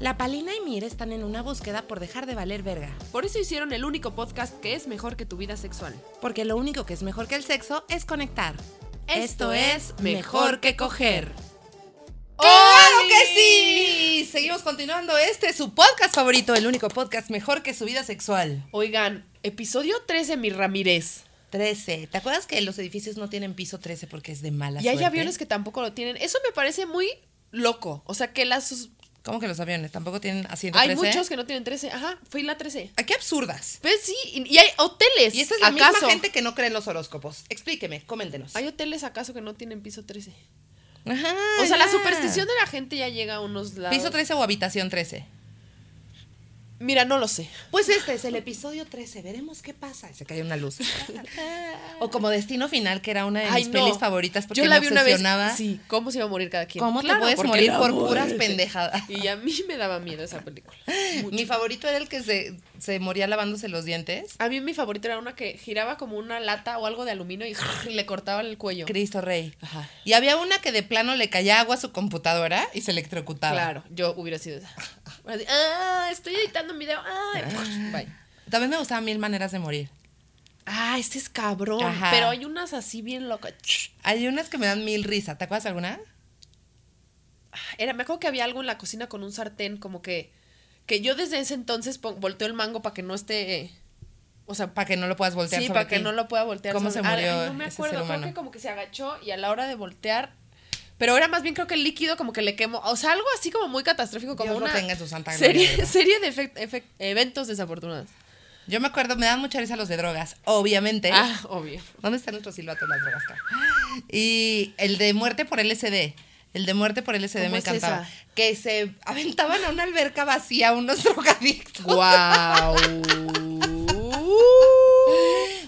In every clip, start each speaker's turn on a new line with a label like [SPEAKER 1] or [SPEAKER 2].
[SPEAKER 1] Lapalina y Mira están en una búsqueda por dejar de valer verga.
[SPEAKER 2] Por eso hicieron el único podcast que es mejor que tu vida sexual.
[SPEAKER 1] Porque lo único que es mejor que el sexo es conectar.
[SPEAKER 2] Esto es Mejor que Coger.
[SPEAKER 1] ¡Claro que sí! Seguimos continuando este, su podcast favorito, el único podcast mejor que su vida sexual.
[SPEAKER 2] Oigan, episodio 13, mi Ramírez.
[SPEAKER 1] 13. ¿Te acuerdas que los edificios no tienen piso 13 porque es de mala
[SPEAKER 2] y hay
[SPEAKER 1] suerte?
[SPEAKER 2] aviones que tampoco lo tienen. Eso me parece muy loco. O sea, que las.
[SPEAKER 1] ¿Cómo que los aviones tampoco tienen asiento
[SPEAKER 2] Hay
[SPEAKER 1] 13?
[SPEAKER 2] muchos que no tienen 13. Ajá, fue la 13.
[SPEAKER 1] ¡Ah, ¡Qué absurdas!
[SPEAKER 2] Pues sí, y y hay hoteles.
[SPEAKER 1] Y esta es la
[SPEAKER 2] ¿acaso?
[SPEAKER 1] misma gente que no cree en los horóscopos. Explíqueme, coméntenos.
[SPEAKER 2] Hay hoteles acaso que no tienen piso 13.
[SPEAKER 1] Ajá,
[SPEAKER 2] O sea, la
[SPEAKER 1] Ah, ya.
[SPEAKER 2] superstición de la gente ya llega a unos lados.
[SPEAKER 1] ¿Piso 13 o habitación 13?
[SPEAKER 2] Mira, no lo sé.
[SPEAKER 1] Pues este es el episodio 13, veremos qué pasa. Y Se cae una luz. o como Destino Final, que era una de mis
[SPEAKER 2] Ay, no.
[SPEAKER 1] pelis favoritas porque
[SPEAKER 2] Yo la
[SPEAKER 1] me
[SPEAKER 2] vi una vez.
[SPEAKER 1] obsesionaba.
[SPEAKER 2] Sí, cómo se iba a morir cada quien.
[SPEAKER 1] ¿Cómo
[SPEAKER 2] Claro,
[SPEAKER 1] te puedes
[SPEAKER 2] porque
[SPEAKER 1] morir
[SPEAKER 2] la
[SPEAKER 1] por
[SPEAKER 2] muerte.
[SPEAKER 1] puras pendejadas?
[SPEAKER 2] Y a mí me daba miedo esa película. Mucho.
[SPEAKER 1] Mi favorito era el que se, se moría lavándose los dientes.
[SPEAKER 2] A mí mi favorito era una que giraba como una lata o algo de aluminio y le cortaba el cuello.
[SPEAKER 1] Cristo Rey.
[SPEAKER 2] Ajá.
[SPEAKER 1] Y había una que de plano le caía agua a su computadora y se electrocutaba.
[SPEAKER 2] Claro, yo hubiera sido esa. Así, ah, estoy editando un video. Ay,
[SPEAKER 1] Ah.
[SPEAKER 2] bye.
[SPEAKER 1] También me gustaban mil maneras de morir.
[SPEAKER 2] Ah, este es cabrón.
[SPEAKER 1] Ajá.
[SPEAKER 2] Pero hay unas así bien locas.
[SPEAKER 1] Hay unas que me dan mil risa. ¿Te acuerdas de alguna?
[SPEAKER 2] Era, me acuerdo que había algo en la cocina con un sartén, como que. Que yo desde ese entonces pon- volteo el mango para que no esté. eh, o sea,
[SPEAKER 1] Para que no lo puedas voltear
[SPEAKER 2] Sí,
[SPEAKER 1] sobre
[SPEAKER 2] para que
[SPEAKER 1] ti.
[SPEAKER 2] no lo pueda voltear.
[SPEAKER 1] ¿Cómo
[SPEAKER 2] sobre-
[SPEAKER 1] se murió
[SPEAKER 2] Ay, no me
[SPEAKER 1] ese
[SPEAKER 2] acuerdo,
[SPEAKER 1] ser humano?
[SPEAKER 2] creo que como que se agachó y a la hora de voltear. Pero era más bien creo que el líquido como que le quemó. O sea, algo así como muy catastrófico, como
[SPEAKER 1] Dios lo
[SPEAKER 2] una
[SPEAKER 1] tenga en su santa gloria,
[SPEAKER 2] serie,
[SPEAKER 1] ¿verdad?
[SPEAKER 2] serie de efect- efect- eventos desafortunados.
[SPEAKER 1] Yo me acuerdo, me dan mucha risa los de drogas, obviamente.
[SPEAKER 2] Ah, obvio.
[SPEAKER 1] ¿Dónde está nuestro silbato de las drogas? cara? Y el de muerte por LSD. El de muerte por LSD
[SPEAKER 2] ¿Cómo
[SPEAKER 1] me
[SPEAKER 2] es
[SPEAKER 1] encantaba.
[SPEAKER 2] esa?
[SPEAKER 1] Que se aventaban a una alberca vacía unos drogadictos.
[SPEAKER 2] ¡Guau!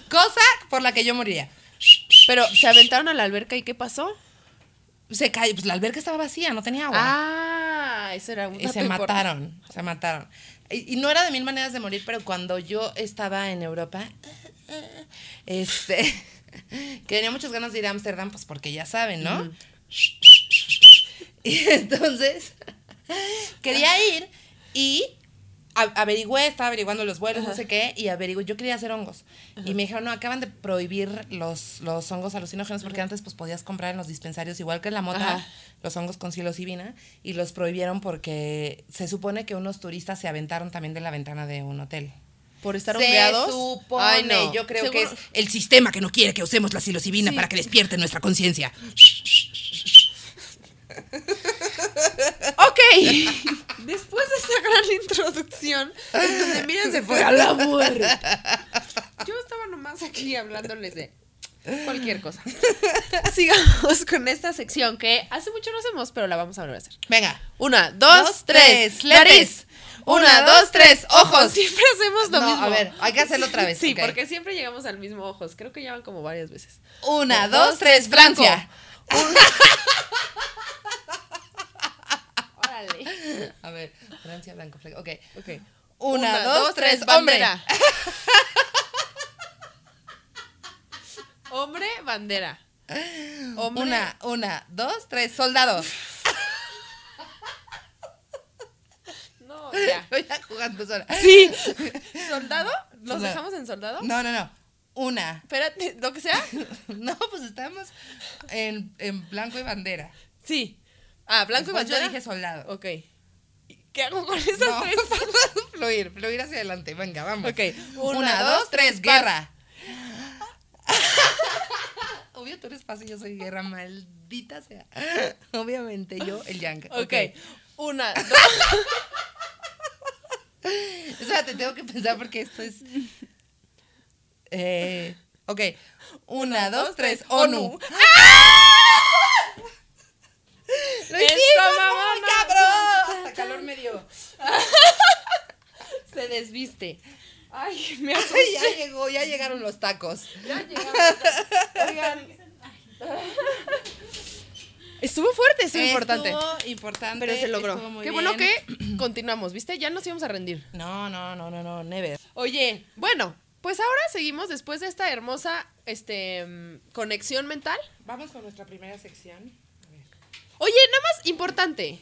[SPEAKER 1] Cosa por la que yo moriría.
[SPEAKER 2] Pero se aventaron a la alberca y ¿qué pasó?
[SPEAKER 1] Se cayó, pues la alberca estaba vacía, no tenía agua.
[SPEAKER 2] Ah, eso era un
[SPEAKER 1] y
[SPEAKER 2] dato
[SPEAKER 1] se
[SPEAKER 2] importante.
[SPEAKER 1] mataron, se mataron. Y, y no era de mil maneras de morir, pero cuando yo estaba en Europa, este, que tenía muchas ganas de ir a Ámsterdam, pues porque ya saben, ¿no? Y entonces, quería ir y a- averigüé, estaba averiguando los vuelos, no sé qué, y averigüé, yo quería hacer hongos. Y me dijeron, no, acaban de prohibir los, los hongos alucinógenos porque antes pues podías comprar en los dispensarios, igual que en la mota,
[SPEAKER 2] Ajá.
[SPEAKER 1] los hongos con psilocibina, y los prohibieron porque se supone que unos turistas se aventaron también de la ventana de un hotel.
[SPEAKER 2] ¿Por estar
[SPEAKER 1] Se
[SPEAKER 2] ondeados?
[SPEAKER 1] supone,
[SPEAKER 2] Ay, no.
[SPEAKER 1] yo creo que es
[SPEAKER 2] Seguro-
[SPEAKER 1] el sistema que no quiere que usemos la psilocibina
[SPEAKER 2] Sí.
[SPEAKER 1] para que despierte nuestra conciencia.
[SPEAKER 2] Ok, después de esta gran introducción, en donde miren se fue a la muerte. Yo estaba nomás aquí hablándoles de cualquier cosa. Sigamos con esta sección que hace mucho no hacemos, pero la vamos a volver a hacer.
[SPEAKER 1] Venga.
[SPEAKER 2] Una, dos,
[SPEAKER 1] Dos,
[SPEAKER 2] tres,
[SPEAKER 1] tres,
[SPEAKER 2] nariz.
[SPEAKER 1] lentes.
[SPEAKER 2] Una, dos, tres, ojos. Siempre hacemos lo
[SPEAKER 1] No,
[SPEAKER 2] mismo.
[SPEAKER 1] a ver, hay que hacerlo otra vez,
[SPEAKER 2] Sí,
[SPEAKER 1] ok.
[SPEAKER 2] porque siempre llegamos al mismo ojos. Creo que ya van como varias veces.
[SPEAKER 1] Una, dos, tres, Francia.
[SPEAKER 2] Órale.
[SPEAKER 1] A ver, Francia, blanco, fle- Ok.
[SPEAKER 2] Ok.
[SPEAKER 1] Una,
[SPEAKER 2] Una,
[SPEAKER 1] dos,
[SPEAKER 2] dos,
[SPEAKER 1] tres,
[SPEAKER 2] tres,
[SPEAKER 1] hombre.
[SPEAKER 2] bandera. Hombre, bandera. Hombre.
[SPEAKER 1] Una, una, dos, tres, soldado.
[SPEAKER 2] No, ya.
[SPEAKER 1] Voy a jugando sola.
[SPEAKER 2] Sí. ¿Soldado? ¿Los
[SPEAKER 1] Soldado.
[SPEAKER 2] dejamos en soldado?
[SPEAKER 1] No, no, no. Una.
[SPEAKER 2] Espérate, lo que sea.
[SPEAKER 1] No, pues estamos en, en blanco y bandera.
[SPEAKER 2] Sí. Ah, blanco
[SPEAKER 1] Después
[SPEAKER 2] y bandera.
[SPEAKER 1] Pues Yo dije soldado.
[SPEAKER 2] Ok. ¿Y ¿Qué hago con esas
[SPEAKER 1] No.
[SPEAKER 2] tres?
[SPEAKER 1] fluir, fluir hacia adelante. Venga, vamos.
[SPEAKER 2] Ok.
[SPEAKER 1] Una,
[SPEAKER 2] Una,
[SPEAKER 1] dos,
[SPEAKER 2] dos,
[SPEAKER 1] tres, guerra. Obvio, tú eres paz y yo soy guerra, maldita sea. Obviamente, yo, el yang.
[SPEAKER 2] Ok. Una, dos.
[SPEAKER 1] O sea, te tengo que pensar porque esto es. Eh, ok. Una, dos, tres, ONU. ¡Lo
[SPEAKER 2] Eso,
[SPEAKER 1] hicimos,
[SPEAKER 2] mamá.
[SPEAKER 1] mamá, cabrón! Hasta calor me dio.
[SPEAKER 2] Se desviste. Ay, me asusté.
[SPEAKER 1] Ay, ya llegó, ya llegaron los tacos.
[SPEAKER 2] Ya llegamos. Oigan. Estuvo fuerte, es importante.
[SPEAKER 1] Estuvo importante.
[SPEAKER 2] pero se logró.
[SPEAKER 1] estuvo muy
[SPEAKER 2] Qué bueno
[SPEAKER 1] bien.
[SPEAKER 2] que continuamos, ¿viste? Ya nos íbamos a rendir.
[SPEAKER 1] No, no, no, no, no, never.
[SPEAKER 2] Oye, bueno, pues ahora seguimos después de esta hermosa este, mm, conexión mental.
[SPEAKER 1] Vamos con nuestra primera sección.
[SPEAKER 2] Oye, nada más importante.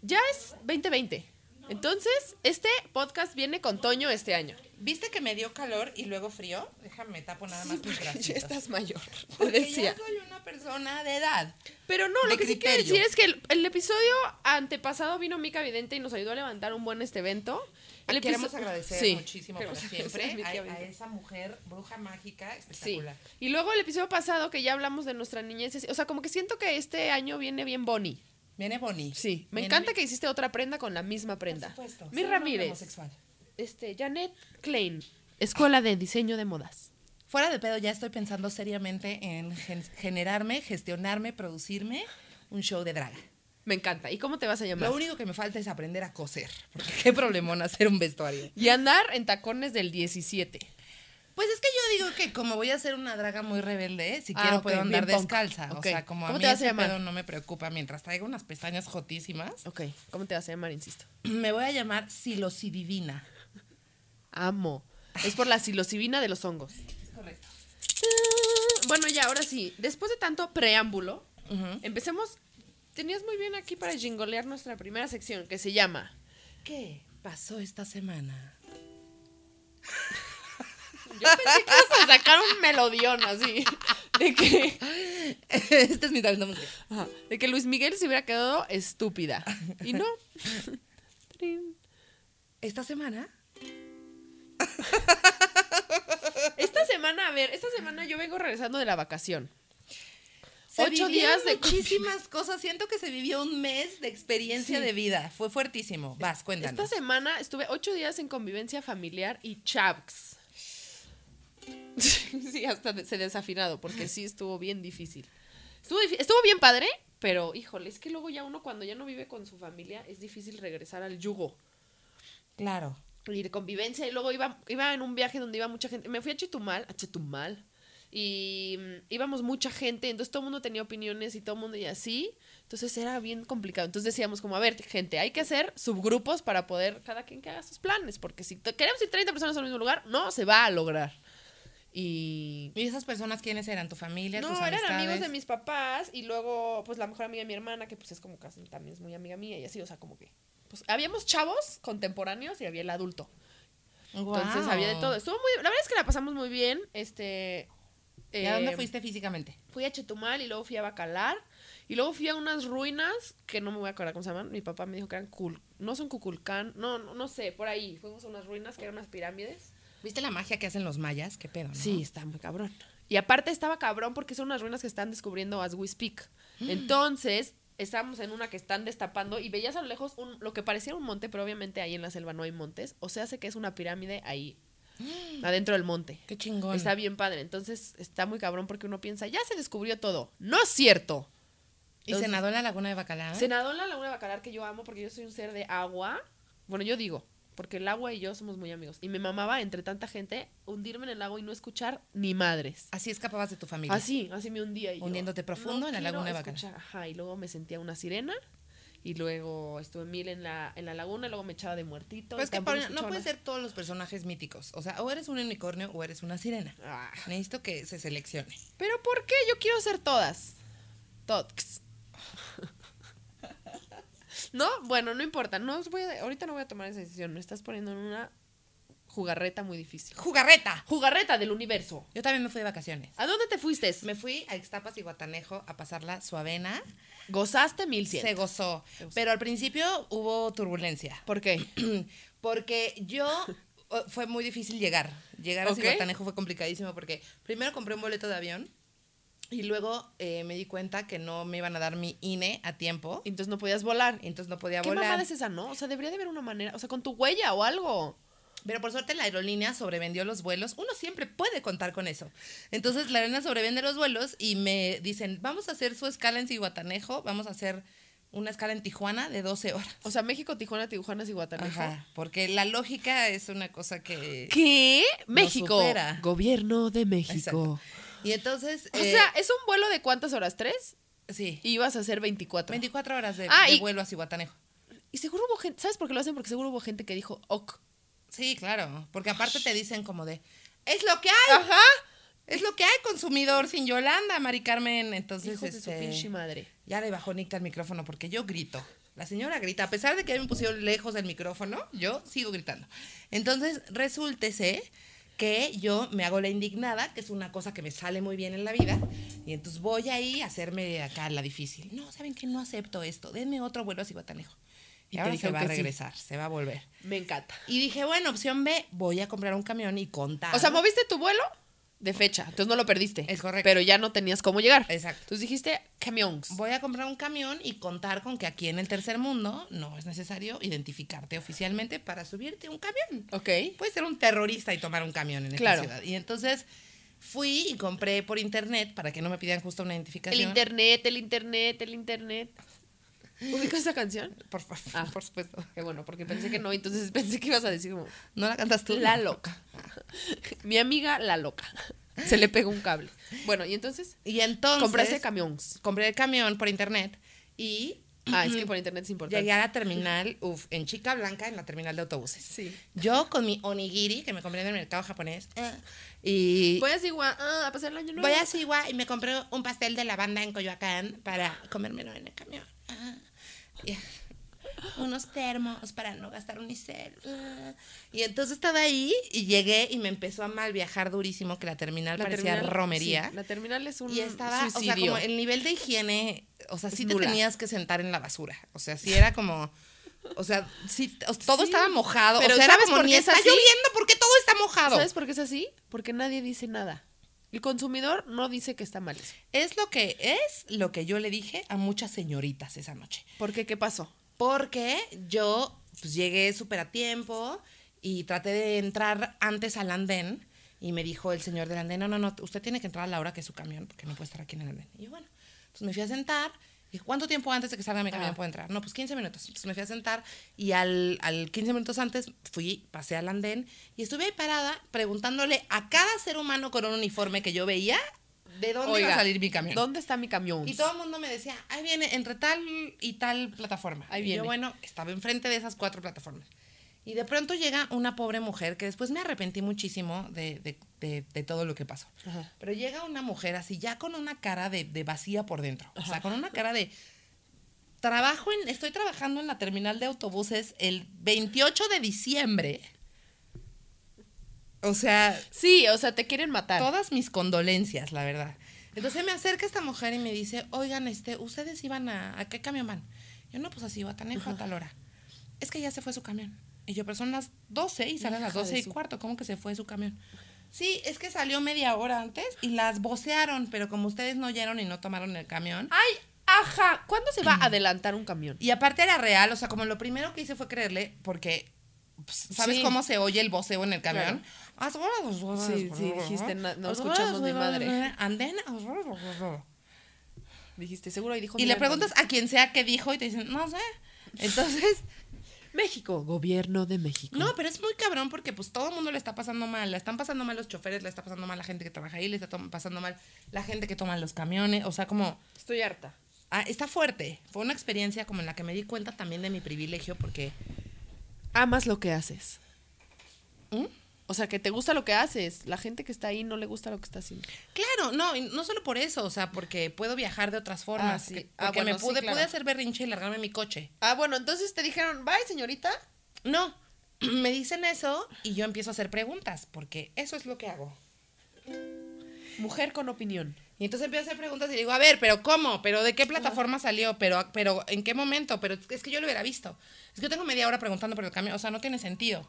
[SPEAKER 2] Ya es 2020. Entonces, este podcast viene con Toño este año.
[SPEAKER 1] ¿Viste que me dio calor y luego frío? Déjame tapo nada más
[SPEAKER 2] Sí,
[SPEAKER 1] mis
[SPEAKER 2] porque ya
[SPEAKER 1] bracitos.
[SPEAKER 2] estás mayor, te
[SPEAKER 1] Porque
[SPEAKER 2] decía.
[SPEAKER 1] ya soy una persona de edad.
[SPEAKER 2] Pero no, lo
[SPEAKER 1] de
[SPEAKER 2] que sí quiero
[SPEAKER 1] criterio.
[SPEAKER 2] decir es que el, el episodio antepasado vino Mica Vidente y nos ayudó a levantar un buen este evento. El
[SPEAKER 1] Ah, Queremos
[SPEAKER 2] episo-
[SPEAKER 1] agradecer
[SPEAKER 2] Sí,
[SPEAKER 1] muchísimo por
[SPEAKER 2] queremos
[SPEAKER 1] siempre
[SPEAKER 2] agradecer
[SPEAKER 1] a,
[SPEAKER 2] a Mica
[SPEAKER 1] a
[SPEAKER 2] Vidente.
[SPEAKER 1] esa mujer bruja mágica
[SPEAKER 2] Sí.
[SPEAKER 1] espectacular.
[SPEAKER 2] Y luego el episodio pasado que ya hablamos de nuestra niñez. es- O sea, como que siento que este año viene bien Bonnie.
[SPEAKER 1] Viene Bonnie.
[SPEAKER 2] Sí. Me
[SPEAKER 1] Viene
[SPEAKER 2] encanta
[SPEAKER 1] bien-
[SPEAKER 2] que hiciste otra prenda con la misma prenda.
[SPEAKER 1] Por supuesto. ser
[SPEAKER 2] Mi
[SPEAKER 1] un hombre
[SPEAKER 2] Ramírez.
[SPEAKER 1] homosexual.
[SPEAKER 2] Este, Janet Klein. Escuela de Diseño de Modas.
[SPEAKER 1] Fuera de pedo, ya estoy pensando seriamente en gen- generarme, gestionarme, producirme un show de draga.
[SPEAKER 2] Me encanta. ¿Y cómo te vas a llamar?
[SPEAKER 1] Lo único que me falta es aprender a coser. Porque qué problemón hacer un vestuario.
[SPEAKER 2] Y andar en tacones del 17.
[SPEAKER 1] Pues es que yo digo que como voy a ser una draga muy rebelde, ¿eh? si
[SPEAKER 2] Ah,
[SPEAKER 1] quiero
[SPEAKER 2] ok,
[SPEAKER 1] puedo andar
[SPEAKER 2] bien punk.
[SPEAKER 1] descalza.
[SPEAKER 2] Ok.
[SPEAKER 1] O sea, como a
[SPEAKER 2] ¿Cómo
[SPEAKER 1] mí
[SPEAKER 2] te vas a
[SPEAKER 1] ese
[SPEAKER 2] llamar?
[SPEAKER 1] pedo no me preocupa. Mientras traigo unas pestañas jotísimas,
[SPEAKER 2] Ok. ¿Cómo te vas a llamar, insisto?
[SPEAKER 1] me voy a llamar Silosidivina.
[SPEAKER 2] Amo. Es por la psilocibina de los hongos.
[SPEAKER 1] Es correcto.
[SPEAKER 2] Bueno, ya, ahora sí. Después de tanto preámbulo, empecemos. Tenías muy bien aquí para jingolear nuestra primera sección, que se llama...
[SPEAKER 1] ¿Qué pasó esta semana?
[SPEAKER 2] Yo pensé que ibas a sacar un melodión así. De que,
[SPEAKER 1] este es mi talento musical.
[SPEAKER 2] ajá, de que Luis Miguel se hubiera quedado estúpida. Y no. Trin.
[SPEAKER 1] Esta semana
[SPEAKER 2] Esta semana, a ver, esta semana yo vengo regresando de la vacación.
[SPEAKER 1] Se
[SPEAKER 2] Ocho
[SPEAKER 1] vivieron
[SPEAKER 2] días de
[SPEAKER 1] muchísimas cosas. Siento que se vivió un mes de experiencia
[SPEAKER 2] Sí.
[SPEAKER 1] de vida. Fue fuertísimo. Vas, cuéntanos.
[SPEAKER 2] Esta semana estuve ocho días en convivencia familiar y chavs. Sí, hasta de- se desafinado, porque sí estuvo bien difícil. Estuvo, difí- estuvo bien padre, pero híjole, es que luego ya uno cuando ya no vive con su familia es difícil regresar al yugo.
[SPEAKER 1] Claro.
[SPEAKER 2] y de convivencia y luego iba, iba en un viaje donde iba mucha gente. Me fui a Chetumal, a Chetumal. Y mm, íbamos mucha gente, entonces todo el mundo tenía opiniones y todo el mundo y así. Entonces era bien complicado. Entonces decíamos como, a ver, gente, hay que hacer subgrupos para poder cada quien que haga sus planes, porque si te- queremos ir 30 personas al mismo lugar, no se va a lograr. Y
[SPEAKER 1] ¿Y esas personas quiénes eran? ¿Tu familia?
[SPEAKER 2] no,
[SPEAKER 1] tus
[SPEAKER 2] eran amigos
[SPEAKER 1] amistades?
[SPEAKER 2] de mis papás y luego, pues la mejor amiga de mi hermana, que pues es como casi también es muy amiga mía y así, o sea, como que... Pues habíamos chavos contemporáneos y había el adulto. Entonces
[SPEAKER 1] Guau.
[SPEAKER 2] había de todo. Estuvo muy, la verdad es que la pasamos muy bien. Este.
[SPEAKER 1] ¿Y a dónde
[SPEAKER 2] eh,
[SPEAKER 1] fuiste físicamente?
[SPEAKER 2] Fui a Chetumal y luego fui a Bacalar. Y luego fui a unas ruinas que no me voy a acordar cómo se llaman. Mi papá me dijo que eran cool. No son Cuculcán. No, no, no sé, por ahí. Fuimos a unas ruinas que eran unas pirámides.
[SPEAKER 1] ¿Viste la magia que hacen los mayas? Qué pedo, ¿no?
[SPEAKER 2] Sí, está muy cabrón. Y aparte estaba cabrón porque son unas ruinas que están descubriendo as we speak.
[SPEAKER 1] Mm.
[SPEAKER 2] Entonces, estábamos en una que están destapando y veías a lo lejos un- lo que parecía un monte, pero obviamente ahí en la selva no hay montes. O sea, hace que es una pirámide ahí, adentro del monte.
[SPEAKER 1] Qué chingón.
[SPEAKER 2] Está bien padre. Entonces, está muy cabrón porque uno piensa, ya se descubrió todo. No es cierto.
[SPEAKER 1] ¿Y se nadó en la laguna de Bacalar?
[SPEAKER 2] Se nadó en la laguna de Bacalar que yo amo porque yo soy un ser de agua. Bueno, yo digo, porque el agua y yo somos muy amigos. Y me mamaba entre tanta gente hundirme en el agua y no escuchar ni madres.
[SPEAKER 1] Así escapabas de tu familia.
[SPEAKER 2] Así, así me hundía. Y yo,
[SPEAKER 1] Hundiéndote profundo en la
[SPEAKER 2] quiero
[SPEAKER 1] laguna de Bacalar.
[SPEAKER 2] escuchar. Ajá, y luego me sentía una sirena. Y luego estuve mil en la, en la laguna y luego me echaba de muertito.
[SPEAKER 1] Pero
[SPEAKER 2] y
[SPEAKER 1] es que
[SPEAKER 2] tampoco
[SPEAKER 1] Paulina, no
[SPEAKER 2] escuchaba
[SPEAKER 1] pueden
[SPEAKER 2] nada.
[SPEAKER 1] ser todos los personajes míticos. O sea, o eres un unicornio o eres una sirena.
[SPEAKER 2] Ah,
[SPEAKER 1] Necesito que se seleccione.
[SPEAKER 2] Pero ¿por qué? Yo quiero ser todas. Tox. No, bueno, no importa. No os voy a- ahorita no voy a tomar esa decisión. Me estás poniendo en una jugarreta muy difícil.
[SPEAKER 1] ¡Jugarreta!
[SPEAKER 2] Jugarreta del universo.
[SPEAKER 1] Yo también me fui de vacaciones.
[SPEAKER 2] ¿A dónde te fuiste?
[SPEAKER 1] Me fui a Ixtapas y Guatanejo a pasarla suavena.
[SPEAKER 2] Gozaste mil
[SPEAKER 1] Se gozó.
[SPEAKER 2] gozó.
[SPEAKER 1] Pero al principio hubo turbulencia.
[SPEAKER 2] ¿Por qué?
[SPEAKER 1] Porque yo. o- Fue muy difícil llegar. Llegar a
[SPEAKER 2] Ok.
[SPEAKER 1] Cihuatanejo fue complicadísimo porque primero compré un boleto de avión y luego eh, me di cuenta que no me iban a dar mi INE a tiempo.
[SPEAKER 2] Entonces no podías volar.
[SPEAKER 1] Entonces no podía
[SPEAKER 2] ¿Qué mamada
[SPEAKER 1] Eh, volar.
[SPEAKER 2] es esa, no? O sea, debería de haber una manera. O sea, con tu huella o algo.
[SPEAKER 1] Pero por suerte la aerolínea sobrevendió los vuelos. Uno siempre puede contar con eso. Entonces la aerolínea sobrevende los vuelos y me dicen, vamos a hacer su escala en Cihuatanejo, vamos a hacer una escala en Tijuana de 12 horas.
[SPEAKER 2] O sea, México, Tijuana, Tijuana y Guatanejo.
[SPEAKER 1] Ajá, porque la lógica es una cosa que...
[SPEAKER 2] ¿Qué?
[SPEAKER 1] Nos
[SPEAKER 2] México.
[SPEAKER 1] supera.
[SPEAKER 2] Gobierno de
[SPEAKER 1] Exacto.
[SPEAKER 2] México.
[SPEAKER 1] Y entonces...
[SPEAKER 2] O
[SPEAKER 1] eh,
[SPEAKER 2] sea, ¿es un vuelo de cuántas horas? ¿Tres?
[SPEAKER 1] sí.
[SPEAKER 2] Y ibas a hacer 24.
[SPEAKER 1] 24 horas de,
[SPEAKER 2] Ah,
[SPEAKER 1] de
[SPEAKER 2] y-
[SPEAKER 1] vuelo a Cihuatanejo.
[SPEAKER 2] Y seguro hubo gente, ¿sabes por qué lo hacen? Porque seguro hubo gente que dijo, ok.
[SPEAKER 1] Sí, claro, porque aparte te dicen como de, es lo que hay,
[SPEAKER 2] Ajá.
[SPEAKER 1] es lo que hay, consumidor sin Yolanda, Mari Carmen. Entonces,
[SPEAKER 2] Hijos de su
[SPEAKER 1] este,
[SPEAKER 2] pinche madre.
[SPEAKER 1] ya le bajó Nicta el micrófono porque yo grito. La señora grita, a pesar de que me pusieron lejos del micrófono, yo sigo gritando. Entonces, resultese que yo me hago la indignada, que es una cosa que me sale muy bien en la vida, y entonces voy ahí a hacerme acá la difícil. No, ¿saben que No acepto esto, denme otro vuelo a Cihuatanejo. Y,
[SPEAKER 2] Y te
[SPEAKER 1] ahora se
[SPEAKER 2] dijeron
[SPEAKER 1] va a
[SPEAKER 2] que sí.
[SPEAKER 1] regresar, se va a volver.
[SPEAKER 2] Me encanta.
[SPEAKER 1] Y dije, bueno, opción B, voy a comprar un camión y contar.
[SPEAKER 2] O sea, moviste tu vuelo de fecha, entonces no lo perdiste.
[SPEAKER 1] ah, Es correcto.
[SPEAKER 2] Pero ya no tenías cómo llegar.
[SPEAKER 1] Exacto.
[SPEAKER 2] Entonces dijiste camiones.
[SPEAKER 1] voy a comprar un camión y contar con que aquí en el tercer mundo no es necesario identificarte oficialmente para subirte a un camión.
[SPEAKER 2] Ok.
[SPEAKER 1] Puedes ser un terrorista y tomar un camión en esta
[SPEAKER 2] Claro.
[SPEAKER 1] ciudad. Y entonces fui y compré por internet para que no me pidan justo una
[SPEAKER 2] El
[SPEAKER 1] identificación.
[SPEAKER 2] internet, el internet, el internet. ¿Ubicas esa canción?
[SPEAKER 1] Por, fa-
[SPEAKER 2] Ah.
[SPEAKER 1] por supuesto.
[SPEAKER 2] Qué bueno, porque pensé que no, entonces pensé que ibas a decir como
[SPEAKER 1] ¿No la cantas tú?
[SPEAKER 2] la loca. Mi amiga la loca. Se le pegó un cable. Bueno, y entonces
[SPEAKER 1] Y entonces
[SPEAKER 2] compraste camiones.
[SPEAKER 1] compré el camión por internet y
[SPEAKER 2] Ah, es que por internet es importante.
[SPEAKER 1] llegué a la terminal, uf, en Chica Blanca, en la terminal de autobuses.
[SPEAKER 2] Sí.
[SPEAKER 1] Yo con mi onigiri, que me compré en el mercado japonés, eh, y
[SPEAKER 2] Voy a Sigua ah, a pasar el año nuevo.
[SPEAKER 1] voy a Siwa y me compré un pastel de lavanda en Coyoacán para comérmelo en el camión. Ah, y- unos termos para no gastar unicel. Ah, y entonces estaba ahí y llegué y me empezó a mal viajar durísimo que la terminal parecía
[SPEAKER 2] terminal-
[SPEAKER 1] romería.
[SPEAKER 2] sí, la terminal es un
[SPEAKER 1] Y estaba, o sea,
[SPEAKER 2] suicidio.
[SPEAKER 1] como el nivel de higiene, o sea,
[SPEAKER 2] Es
[SPEAKER 1] sí te
[SPEAKER 2] nula.
[SPEAKER 1] tenías que sentar en la basura. O sea, sí era como, o sea, sí, o- todo
[SPEAKER 2] Sí.
[SPEAKER 1] estaba mojado.
[SPEAKER 2] Pero
[SPEAKER 1] o sea, era
[SPEAKER 2] ¿sabes
[SPEAKER 1] como,
[SPEAKER 2] por
[SPEAKER 1] ni
[SPEAKER 2] qué es
[SPEAKER 1] está
[SPEAKER 2] así?
[SPEAKER 1] lloviendo, ¿por qué todo está mojado?
[SPEAKER 2] ¿Sabes por qué es así? Porque nadie dice nada. El consumidor no dice que está mal. eso.
[SPEAKER 1] Es lo que es lo que yo le dije a muchas señoritas esa noche.
[SPEAKER 2] ¿Por qué? ¿Qué pasó?
[SPEAKER 1] Porque yo pues, llegué súper a tiempo y traté de entrar antes al andén y me dijo el señor del andén, no, no, no, usted tiene que entrar a la hora que es su camión porque no puede estar aquí en el andén. Y yo, bueno, pues me fui a sentar. Dije, ¿cuánto tiempo antes de que salga mi camión
[SPEAKER 2] Ah.
[SPEAKER 1] puedo entrar? No, pues 15 minutos. Entonces me fui a sentar y al, al 15 minutos antes fui, pasé al andén y estuve ahí parada preguntándole a cada ser humano con un uniforme que yo veía de dónde iba
[SPEAKER 2] Oiga,
[SPEAKER 1] a salir mi camión.
[SPEAKER 2] ¿Dónde está mi camión?
[SPEAKER 1] Y todo el mundo me decía, ahí viene, entre tal y tal plataforma.
[SPEAKER 2] Ahí
[SPEAKER 1] Y
[SPEAKER 2] viene.
[SPEAKER 1] yo, bueno, estaba enfrente de esas cuatro plataformas. Y de pronto llega una pobre mujer, que después me arrepentí muchísimo de, de- de- de todo lo que pasó.
[SPEAKER 2] Ajá.
[SPEAKER 1] Pero llega una mujer así, ya con una cara de, de vacía por dentro. O sea, con una cara de... Trabajo en, estoy trabajando en la terminal de autobuses el 28 de diciembre. O sea,
[SPEAKER 2] Sí, o sea, te quieren matar.
[SPEAKER 1] Todas mis condolencias, la verdad. Entonces me acerca esta mujer y me dice, oigan, este, ¿ustedes iban a, a qué camión van? Yo, no, pues así, Batanejo a tal hora. Es que ya se fue su camión. Y yo, pero son las 12 y salen las
[SPEAKER 2] Hija de
[SPEAKER 1] 12 y
[SPEAKER 2] su-
[SPEAKER 1] cuarto. ¿Cómo que se fue su camión? Sí, es que salió media hora antes y las vocearon, pero como ustedes no oyeron y no tomaron el camión.
[SPEAKER 2] Ay, ajá. ¿Cuándo se va a adelantar un camión?
[SPEAKER 1] Y aparte era real, o sea, como lo primero que hice fue creerle, porque pues, ¿sabes
[SPEAKER 2] Sí.
[SPEAKER 1] cómo se oye el voceo en el camión? Ah,
[SPEAKER 2] Sí, sí, dijiste, "No- no escuchamos ni madre".
[SPEAKER 1] Anden.
[SPEAKER 2] Dijiste, seguro ahí dijo.
[SPEAKER 1] Y
[SPEAKER 2] mira,
[SPEAKER 1] le preguntas a quien sea que dijo y te dicen, no sé. Entonces,
[SPEAKER 2] México, gobierno de México.
[SPEAKER 1] no, pero es muy cabrón porque pues todo el mundo le está pasando mal. La están pasando mal los choferes, la está pasando mal la gente que trabaja ahí, le está tom- pasando mal la gente que toma los camiones. O sea, como...
[SPEAKER 2] estoy harta.
[SPEAKER 1] ah, está fuerte. Fue una experiencia como en la que me di cuenta también de mi privilegio porque...
[SPEAKER 2] Amas lo que haces.
[SPEAKER 1] ¿Mm?
[SPEAKER 2] O sea, que te gusta lo que haces. La gente que está ahí no le gusta lo que está haciendo.
[SPEAKER 1] Claro, no, y no solo por eso, o sea, porque puedo viajar de otras formas.
[SPEAKER 2] Ah, sí.
[SPEAKER 1] que-
[SPEAKER 2] Ah,
[SPEAKER 1] porque
[SPEAKER 2] bueno,
[SPEAKER 1] me
[SPEAKER 2] sí,
[SPEAKER 1] pude,
[SPEAKER 2] claro.
[SPEAKER 1] pude hacer berrinche y largarme en mi coche.
[SPEAKER 2] Ah, bueno, entonces te dijeron, bye, señorita.
[SPEAKER 1] No, me dicen eso y yo empiezo a hacer preguntas, porque eso es lo que hago.
[SPEAKER 2] Mujer con opinión.
[SPEAKER 1] Y entonces empiezo a hacer preguntas y digo, a ver, pero ¿cómo? ¿Pero de qué plataforma salió? ¿Pero, pero en qué momento? Pero es que yo lo hubiera visto. Es que yo tengo media hora preguntando por el camión, o sea, no tiene sentido.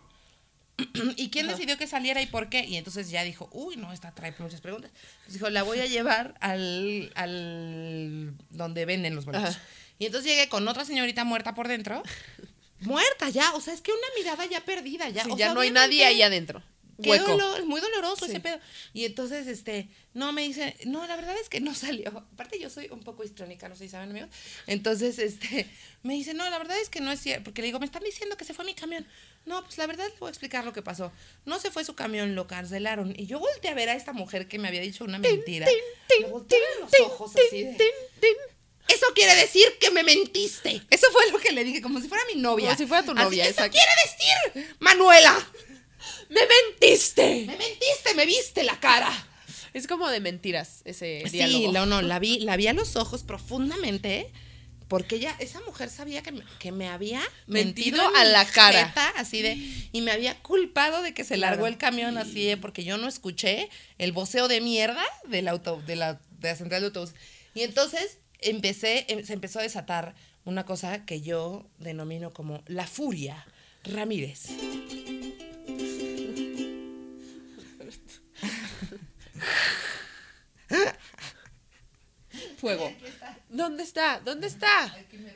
[SPEAKER 1] ¿Y quién decidió que saliera y por qué? Y entonces ya dijo, uy, no, esta trae muchas preguntas. Entonces dijo, la voy a llevar al, al donde venden los boletos.
[SPEAKER 2] Ajá.
[SPEAKER 1] Y entonces llegué con otra señorita muerta por dentro. Muerta ya, o sea, es que una mirada ya perdida. Ya,
[SPEAKER 2] Sí,
[SPEAKER 1] o
[SPEAKER 2] ya
[SPEAKER 1] sea,
[SPEAKER 2] no hay nadie ahí
[SPEAKER 1] obviamente-
[SPEAKER 2] adentro.
[SPEAKER 1] Qué
[SPEAKER 2] Hueco.
[SPEAKER 1] dolor, es muy doloroso
[SPEAKER 2] Sí.
[SPEAKER 1] ese pedo. Y entonces, este, no, me dice, no, la verdad es que no salió. Aparte, yo soy un poco histrónica, no sé si saben, amigos. Entonces, este, me dice, no, la verdad es que no es cierto. Porque le digo, me están diciendo que se fue mi camión. No, pues la verdad le voy a explicar lo que pasó. No se fue su camión, lo cancelaron. Y yo volteé a ver a esta mujer que me había dicho una mentira.
[SPEAKER 2] Tin, tin,
[SPEAKER 1] Le volteé a ver los
[SPEAKER 2] tin,
[SPEAKER 1] ojos
[SPEAKER 2] tin,
[SPEAKER 1] así de,
[SPEAKER 2] tin, tin.
[SPEAKER 1] Eso quiere decir que me mentiste. Eso fue lo que le dije, como si fuera mi novia.
[SPEAKER 2] Como si fuera tu
[SPEAKER 1] Así,
[SPEAKER 2] novia,
[SPEAKER 1] Eso
[SPEAKER 2] exacto.
[SPEAKER 1] quiere decir, Manuela.
[SPEAKER 2] ¡Me mentiste!
[SPEAKER 1] Me mentiste, me viste la cara.
[SPEAKER 2] Es como de mentiras ese
[SPEAKER 1] Sí,
[SPEAKER 2] diálogo.
[SPEAKER 1] no, no, la vi, la vi a los ojos profundamente Porque ella, esa mujer sabía que me, que me había
[SPEAKER 2] Mentido
[SPEAKER 1] mentido,
[SPEAKER 2] en
[SPEAKER 1] a
[SPEAKER 2] mi
[SPEAKER 1] la cara.
[SPEAKER 2] jeta,
[SPEAKER 1] así de, y me había culpado de que se largó
[SPEAKER 2] Claro.
[SPEAKER 1] el camión así de, porque yo no escuché el voceo de mierda del auto, de la, de la central de autobús. Y entonces empecé, em- se empezó a desatar una cosa que yo denomino como la furia Ramírez.
[SPEAKER 2] Fuego. ¿Dónde está? ¿Dónde está?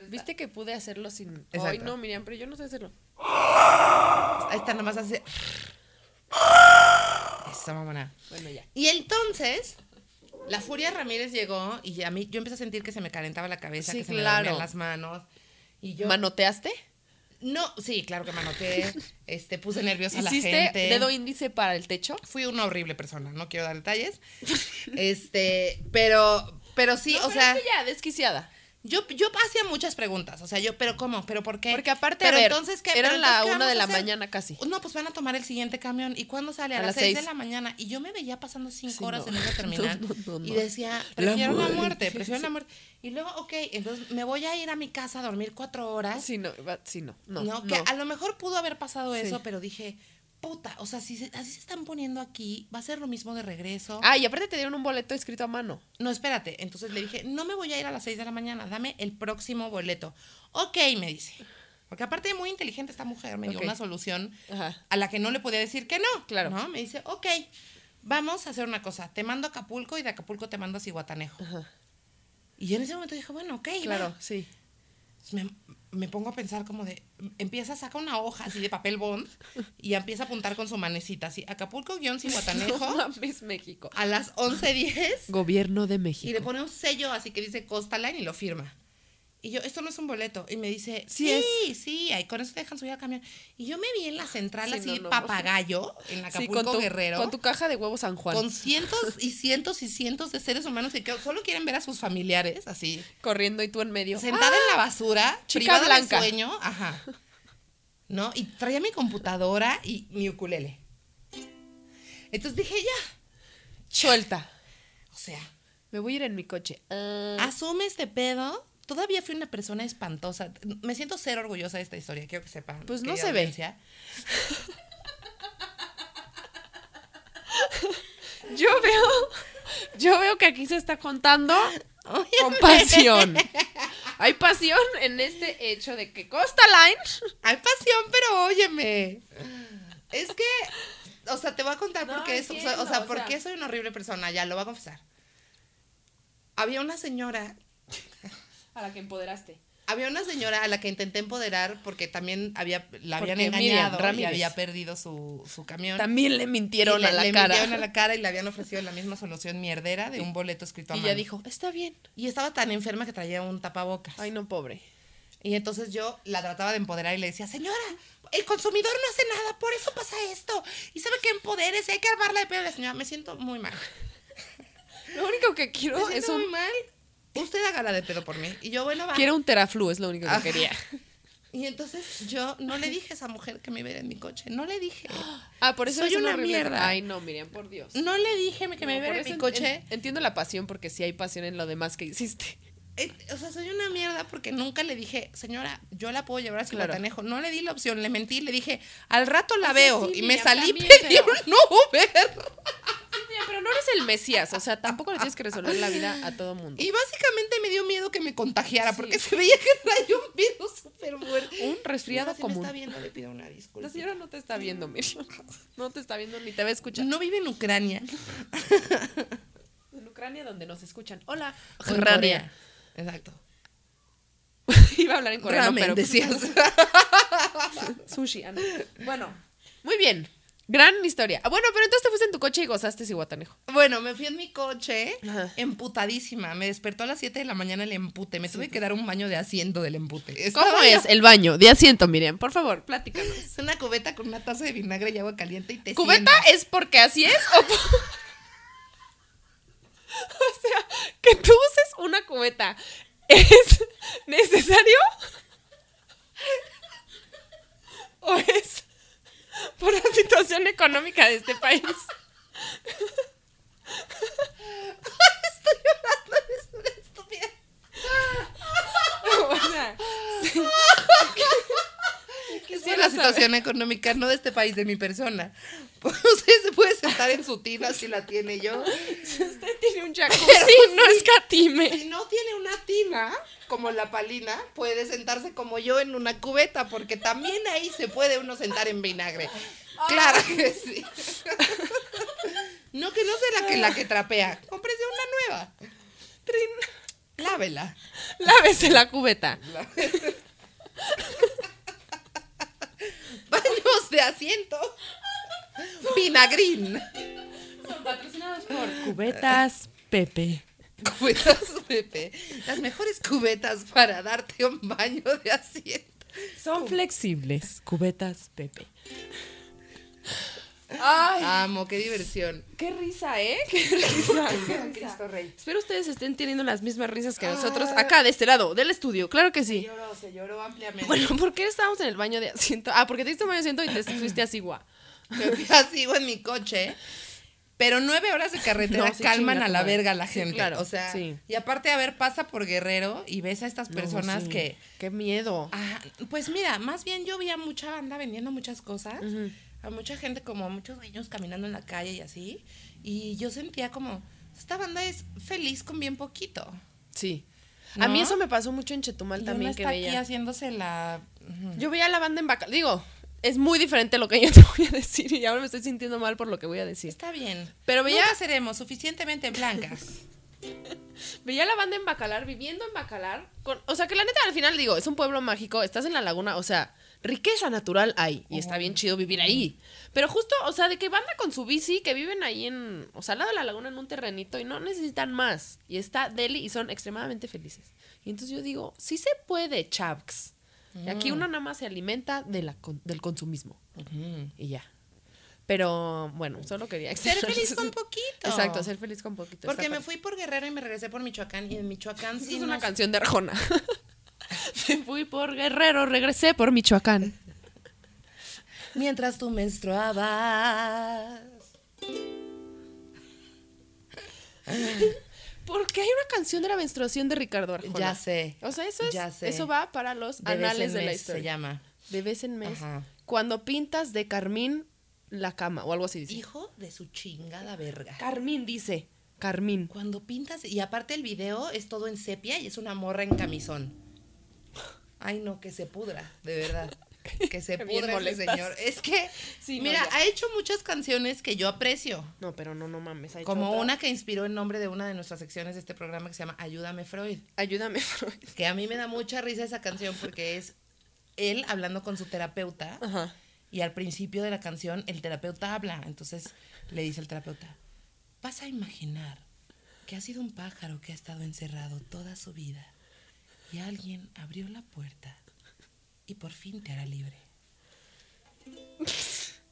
[SPEAKER 2] ¿Viste que pude hacerlo sin... Ay,
[SPEAKER 1] Exacto.
[SPEAKER 2] no, Miriam, pero yo no sé hacerlo.
[SPEAKER 1] Ahí está, nomás hace. Esa mamona.
[SPEAKER 2] Bueno, ya.
[SPEAKER 1] Y entonces, la furia Ramírez llegó y a mí yo empecé a sentir que se me calentaba la cabeza,
[SPEAKER 2] Sí,
[SPEAKER 1] que se
[SPEAKER 2] claro.
[SPEAKER 1] me dormían las manos. Y yo.
[SPEAKER 2] ¿Manoteaste?
[SPEAKER 1] no, sí, claro que manoteé. este, puse nerviosa a la
[SPEAKER 2] ¿Hiciste
[SPEAKER 1] gente.
[SPEAKER 2] dedo índice para el techo?
[SPEAKER 1] Fui una horrible persona, no quiero dar detalles. Este, pero, pero sí,
[SPEAKER 2] No,
[SPEAKER 1] o
[SPEAKER 2] pero
[SPEAKER 1] sea.
[SPEAKER 2] es que ya, desquiciada.
[SPEAKER 1] Yo, yo hacía muchas preguntas, o sea, yo, pero ¿cómo? ¿Pero por qué?
[SPEAKER 2] Porque aparte,
[SPEAKER 1] Eh, pero
[SPEAKER 2] a ver,
[SPEAKER 1] entonces, ¿qué?
[SPEAKER 2] era
[SPEAKER 1] ¿Pero
[SPEAKER 2] la
[SPEAKER 1] entonces qué
[SPEAKER 2] una
[SPEAKER 1] vamos
[SPEAKER 2] de
[SPEAKER 1] a
[SPEAKER 2] la
[SPEAKER 1] hacer?
[SPEAKER 2] mañana casi.
[SPEAKER 1] No, pues van a tomar el siguiente camión. ¿Y cuándo sale? A, las 6 de la mañana. Y yo me veía pasando cinco
[SPEAKER 2] Sí,
[SPEAKER 1] horas
[SPEAKER 2] no.
[SPEAKER 1] en esa terminal.
[SPEAKER 2] No, no, no,
[SPEAKER 1] Y
[SPEAKER 2] no.
[SPEAKER 1] decía,
[SPEAKER 2] La
[SPEAKER 1] prefiero la muerte,
[SPEAKER 2] muerte.
[SPEAKER 1] prefiero la muerte. Y luego, ok, entonces me voy a ir a mi casa a dormir cuatro horas.
[SPEAKER 2] Sí, no, va- sí, no. No,
[SPEAKER 1] no,
[SPEAKER 2] no.
[SPEAKER 1] Que a lo mejor pudo haber pasado
[SPEAKER 2] Sí.
[SPEAKER 1] eso, pero dije, puta, o sea, si se- así se están poniendo aquí, va a ser lo mismo de regreso.
[SPEAKER 2] Ah, y aparte te dieron un boleto escrito a mano.
[SPEAKER 1] No, espérate. Entonces le dije, no me voy a ir a las 6 de la mañana, dame el próximo boleto. Ok, me dice. Porque aparte de muy inteligente esta mujer, me dio
[SPEAKER 2] Ok.
[SPEAKER 1] una solución
[SPEAKER 2] Ajá.
[SPEAKER 1] a la que no le podía decir que no.
[SPEAKER 2] Claro.
[SPEAKER 1] ¿no? Me dice, ok, vamos a hacer una cosa. Te mando a Acapulco y de Acapulco te mando a Cihuatanejo.
[SPEAKER 2] Ajá.
[SPEAKER 1] Y yo en ese momento dije, bueno, ok, claro.
[SPEAKER 2] Claro, sí.
[SPEAKER 1] Me, me pongo a pensar como de, empieza, saca una hoja así de papel bond y empieza a apuntar con su manecita así, Acapulco guión
[SPEAKER 2] No
[SPEAKER 1] Cihuatanejo
[SPEAKER 2] mames, México.
[SPEAKER 1] a las 11.10
[SPEAKER 2] Gobierno de
[SPEAKER 1] Y le
[SPEAKER 2] México.
[SPEAKER 1] pone un sello así que dice Costa Line y lo firma. Y yo, esto no es un boleto. Y me dice,
[SPEAKER 2] Sí
[SPEAKER 1] sí, sí, ahí con eso te dejan subir al camión. Y yo me vi en la central
[SPEAKER 2] Sí,
[SPEAKER 1] así,
[SPEAKER 2] no, no.
[SPEAKER 1] papagayo, en
[SPEAKER 2] Sí,
[SPEAKER 1] Acapulco
[SPEAKER 2] con tu,
[SPEAKER 1] Guerrero,
[SPEAKER 2] con
[SPEAKER 1] con,
[SPEAKER 2] tu caja de huevos San Juan.
[SPEAKER 1] cientos y cientos y cientos de seres humanos que que solo quieren ver a sus familiares, así,
[SPEAKER 2] Corriendo y tú en medio. ¡Ah!
[SPEAKER 1] sentada en la basura,
[SPEAKER 2] Chica
[SPEAKER 1] privada
[SPEAKER 2] blanca.
[SPEAKER 1] de sueño, ajá. ¿No? Y traía mi computadora y mi ukulele. Entonces dije, ya,
[SPEAKER 2] Ah, Suelta.
[SPEAKER 1] o sea,
[SPEAKER 2] Me voy a ir en mi coche. Ah.
[SPEAKER 1] asume este pedo. Todavía fui una persona espantosa. Me siento ser orgullosa de esta historia, quiero que sepan.
[SPEAKER 2] Pues no
[SPEAKER 1] querida
[SPEAKER 2] se ve.
[SPEAKER 1] audiencia.
[SPEAKER 2] Ah, Yo veo, yo veo que aquí se está contando
[SPEAKER 1] Obviamente.
[SPEAKER 2] con pasión. Hay pasión en este hecho de que Costa Line.
[SPEAKER 1] Hay pasión, pero óyeme. Es que, o sea, te voy a contar
[SPEAKER 2] No,
[SPEAKER 1] por qué, es- o sea,
[SPEAKER 2] entiendo,
[SPEAKER 1] o sea,
[SPEAKER 2] o
[SPEAKER 1] por
[SPEAKER 2] sea.
[SPEAKER 1] qué soy una horrible persona, ya lo voy a confesar. Había una señora,
[SPEAKER 2] A la que empoderaste.
[SPEAKER 1] había una señora a la que intenté empoderar porque también había, la habían
[SPEAKER 2] Porque Miriam
[SPEAKER 1] engañado y
[SPEAKER 2] Ramírez.
[SPEAKER 1] había perdido su, su camión.
[SPEAKER 2] También le mintieron
[SPEAKER 1] Y le-
[SPEAKER 2] a la
[SPEAKER 1] le
[SPEAKER 2] cara.
[SPEAKER 1] mintieron a la cara y le habían ofrecido la misma solución mierdera de un boleto escrito a
[SPEAKER 2] Y
[SPEAKER 1] mano.
[SPEAKER 2] ella dijo, está bien.
[SPEAKER 1] Y estaba tan enferma que traía un tapabocas.
[SPEAKER 2] Ay, no, pobre.
[SPEAKER 1] Y entonces yo la trataba de empoderar y le decía, señora, el consumidor no hace nada, por eso pasa esto. Y sabe que empodérese, hay que armarla de pedo. Y La señora, me siento muy mal.
[SPEAKER 2] Lo único que
[SPEAKER 1] Me
[SPEAKER 2] quiero es
[SPEAKER 1] siento muy
[SPEAKER 2] un...
[SPEAKER 1] mal. Usted hágala de pedo por mí. Y yo, bueno, va.
[SPEAKER 2] Quiero un teraflu, es lo único que
[SPEAKER 1] Ajá.
[SPEAKER 2] quería.
[SPEAKER 1] Y entonces yo no le dije a esa mujer que me iba a ir en mi coche. No le dije.
[SPEAKER 2] Ah, por eso
[SPEAKER 1] Soy
[SPEAKER 2] eres
[SPEAKER 1] una
[SPEAKER 2] horrible-
[SPEAKER 1] mierda.
[SPEAKER 2] Ay, no, Miriam, por Dios.
[SPEAKER 1] No le dije que me
[SPEAKER 2] No,
[SPEAKER 1] iba a
[SPEAKER 2] por
[SPEAKER 1] ir en
[SPEAKER 2] eso
[SPEAKER 1] mi
[SPEAKER 2] en-
[SPEAKER 1] coche.
[SPEAKER 2] en- entiendo la pasión porque sí hay pasión en lo demás que hiciste.
[SPEAKER 1] Eh, o sea, soy una mierda porque nunca le dije, señora, yo la puedo llevar a
[SPEAKER 2] Claro.
[SPEAKER 1] Cihuatanejo. No le di la opción, le mentí, le dije, al rato la Ah, veo.
[SPEAKER 2] sí,
[SPEAKER 1] y me
[SPEAKER 2] Miriam,
[SPEAKER 1] salí
[SPEAKER 2] también,
[SPEAKER 1] pedí
[SPEAKER 2] pero-
[SPEAKER 1] un Uber.
[SPEAKER 2] Miriam, pero no eres el Mesías, o sea, tampoco le tienes que resolver la vida a todo mundo.
[SPEAKER 1] Y básicamente me dio miedo que me contagiara
[SPEAKER 2] Sí.
[SPEAKER 1] porque se veía que traía un virus súper fuerte.
[SPEAKER 2] Un
[SPEAKER 1] Señora,
[SPEAKER 2] resfriado
[SPEAKER 1] si me
[SPEAKER 2] común.
[SPEAKER 1] está viendo, le pido una disculpa.
[SPEAKER 2] La señora no te está viendo, Miriam. No te está viendo ni te va a escuchar.
[SPEAKER 1] No vive en Ucrania.
[SPEAKER 2] En Ucrania donde nos escuchan. Hola.
[SPEAKER 1] o en Corea. Exacto.
[SPEAKER 2] Iba a hablar en coreano,
[SPEAKER 1] Ramen,
[SPEAKER 2] pero
[SPEAKER 1] decías.
[SPEAKER 2] sushi. ah, no. Bueno, muy bien. Gran historia. Ah, Bueno, pero entonces te fuiste en tu coche y gozaste Cihuatanejo.
[SPEAKER 1] Bueno, me fui en mi coche,
[SPEAKER 2] Ajá.
[SPEAKER 1] emputadísima. Me despertó a las 7 de la mañana el empute. Me tuve que dar un baño de asiento del empute.
[SPEAKER 2] ¿Cómo
[SPEAKER 1] Estaba yo-
[SPEAKER 2] es el baño? De asiento, Miriam, por favor, platícanos.
[SPEAKER 1] Es una cubeta con una taza de vinagre y agua caliente y te
[SPEAKER 2] ¿Cubeta
[SPEAKER 1] sientas.
[SPEAKER 2] es porque así es? O, po- O sea, que tú uses una cubeta es necesario o es por la situación económica de este país.
[SPEAKER 1] Estoy llorando, es una estupidez.
[SPEAKER 2] O
[SPEAKER 1] que sea la situación económica, no de este país, de mi persona. Usted se puede sentar en su tina si la tiene yo.
[SPEAKER 2] Si usted tiene un jacuzzi, no escatime.
[SPEAKER 1] Si no tiene una tina, como la palina, puede sentarse como yo en una cubeta, porque también ahí se puede uno sentar en vinagre. Claro que sí. No que no sea la que, la que trapea. Cómprese una nueva. Trin. Lávela.
[SPEAKER 2] Lávese la cubeta.
[SPEAKER 1] Baños de asiento. Vinagrín.
[SPEAKER 2] Son patrocinados por Cubetas Pepe.
[SPEAKER 1] Cubetas Pepe. Las mejores cubetas para darte un baño de asiento.
[SPEAKER 2] Son flexibles. Cubetas Pepe.
[SPEAKER 1] Ay. Amo, qué diversión.
[SPEAKER 2] Qué risa, ¿eh? Qué risa.
[SPEAKER 1] Qué Cristo Rey.
[SPEAKER 2] Espero ustedes estén teniendo las mismas risas que nosotros acá de este lado del estudio. Claro que
[SPEAKER 1] Se
[SPEAKER 2] sí.
[SPEAKER 1] lloró, se lloró ampliamente.
[SPEAKER 2] Bueno, ¿por qué estábamos en el baño de asiento? Ah, porque te diste un baño de asiento y te fuiste así, guau.
[SPEAKER 1] Me fui así güey, en mi coche. Pero nueve horas de carretera
[SPEAKER 2] No, sí,
[SPEAKER 1] calman
[SPEAKER 2] chinga
[SPEAKER 1] a
[SPEAKER 2] tu
[SPEAKER 1] la
[SPEAKER 2] madre.
[SPEAKER 1] verga a la
[SPEAKER 2] Sí,
[SPEAKER 1] gente.
[SPEAKER 2] claro,
[SPEAKER 1] o sea,
[SPEAKER 2] sí.
[SPEAKER 1] y aparte, a ver, pasa por Guerrero y ves a estas personas
[SPEAKER 2] No, sí.
[SPEAKER 1] que.
[SPEAKER 2] Qué miedo.
[SPEAKER 1] Ah, pues mira, más bien yo vi a mucha banda vendiendo muchas cosas, a mucha gente como a muchos niños caminando en la calle y así, y yo sentía como, esta banda es feliz con bien poquito.
[SPEAKER 2] Sí. A mí
[SPEAKER 1] ¿No?
[SPEAKER 2] eso me pasó mucho en Chetumal
[SPEAKER 1] Y uno
[SPEAKER 2] también, que
[SPEAKER 1] está aquí
[SPEAKER 2] veía.
[SPEAKER 1] haciéndose la... ujú.
[SPEAKER 2] Yo veía la banda en Bacal. Digo, es muy diferente lo que yo te voy a decir y ahora me estoy sintiendo mal por lo que voy a decir.
[SPEAKER 1] Está bien.
[SPEAKER 2] Pero veía-
[SPEAKER 1] Nunca seremos suficientemente blancas.
[SPEAKER 2] Veía la banda en Bacalar, viviendo en Bacalar. Con, o sea, que la neta al final digo, es un pueblo mágico, estás en la laguna, o sea, riqueza natural hay y está bien chido vivir ahí. Pero justo, o sea, de que banda con su bici, que viven ahí en, o sea, al lado de la laguna en un terrenito y no necesitan más. Y está Delhi y son extremadamente felices. Y entonces yo digo, sí se puede, chavs. Y Aquí
[SPEAKER 1] Mm.
[SPEAKER 2] uno nada más se alimenta de la con- del consumismo. Y ya. Pero bueno, solo quería
[SPEAKER 1] Ser
[SPEAKER 2] externar
[SPEAKER 1] feliz
[SPEAKER 2] eso.
[SPEAKER 1] con poquito.
[SPEAKER 2] Exacto, ser feliz con poquito.
[SPEAKER 1] Porque
[SPEAKER 2] está
[SPEAKER 1] me
[SPEAKER 2] padre.
[SPEAKER 1] fui por Guerrero y me regresé por Michoacán, y en Michoacán
[SPEAKER 2] Esa
[SPEAKER 1] sí
[SPEAKER 2] es una
[SPEAKER 1] nos-
[SPEAKER 2] canción de Arjona. Me fui por Guerrero, regresé por Michoacán.
[SPEAKER 1] Mientras tú menstruabas.
[SPEAKER 2] Porque hay una canción de la menstruación de Ricardo Arjona.
[SPEAKER 1] Ya sé.
[SPEAKER 2] O sea, eso, es-
[SPEAKER 1] Ya sé.
[SPEAKER 2] eso va para los
[SPEAKER 1] De vez
[SPEAKER 2] anales
[SPEAKER 1] en
[SPEAKER 2] de la
[SPEAKER 1] mes
[SPEAKER 2] historia.
[SPEAKER 1] se llama.
[SPEAKER 2] De vez en mes.
[SPEAKER 1] Ajá.
[SPEAKER 2] Cuando pintas de carmín la cama, o algo así dice.
[SPEAKER 1] Hijo de su chingada verga.
[SPEAKER 2] Carmín dice. Carmín.
[SPEAKER 1] Cuando pintas, y aparte el video es todo en sepia y es una morra en camisón. Ay, no, que se pudra, de verdad. Que se
[SPEAKER 2] Bien
[SPEAKER 1] pudra ese
[SPEAKER 2] molestas.
[SPEAKER 1] señor. Es que,
[SPEAKER 2] Sí, no,
[SPEAKER 1] mira,
[SPEAKER 2] ya.
[SPEAKER 1] ha hecho muchas canciones que yo aprecio.
[SPEAKER 2] No, pero no, no mames. hay
[SPEAKER 1] Como
[SPEAKER 2] otra.
[SPEAKER 1] una que inspiró el nombre de una de nuestras secciones de este programa que se llama Ayúdame Freud.
[SPEAKER 2] Ayúdame, Freud.
[SPEAKER 1] Que a mí me da mucha risa esa canción porque es él hablando con su terapeuta.
[SPEAKER 2] Ajá.
[SPEAKER 1] Y al principio de la canción, el terapeuta habla. Entonces le dice el terapeuta: Vas a imaginar que ha sido un pájaro que ha estado encerrado toda su vida. Y alguien abrió la puerta y por fin te hará libre.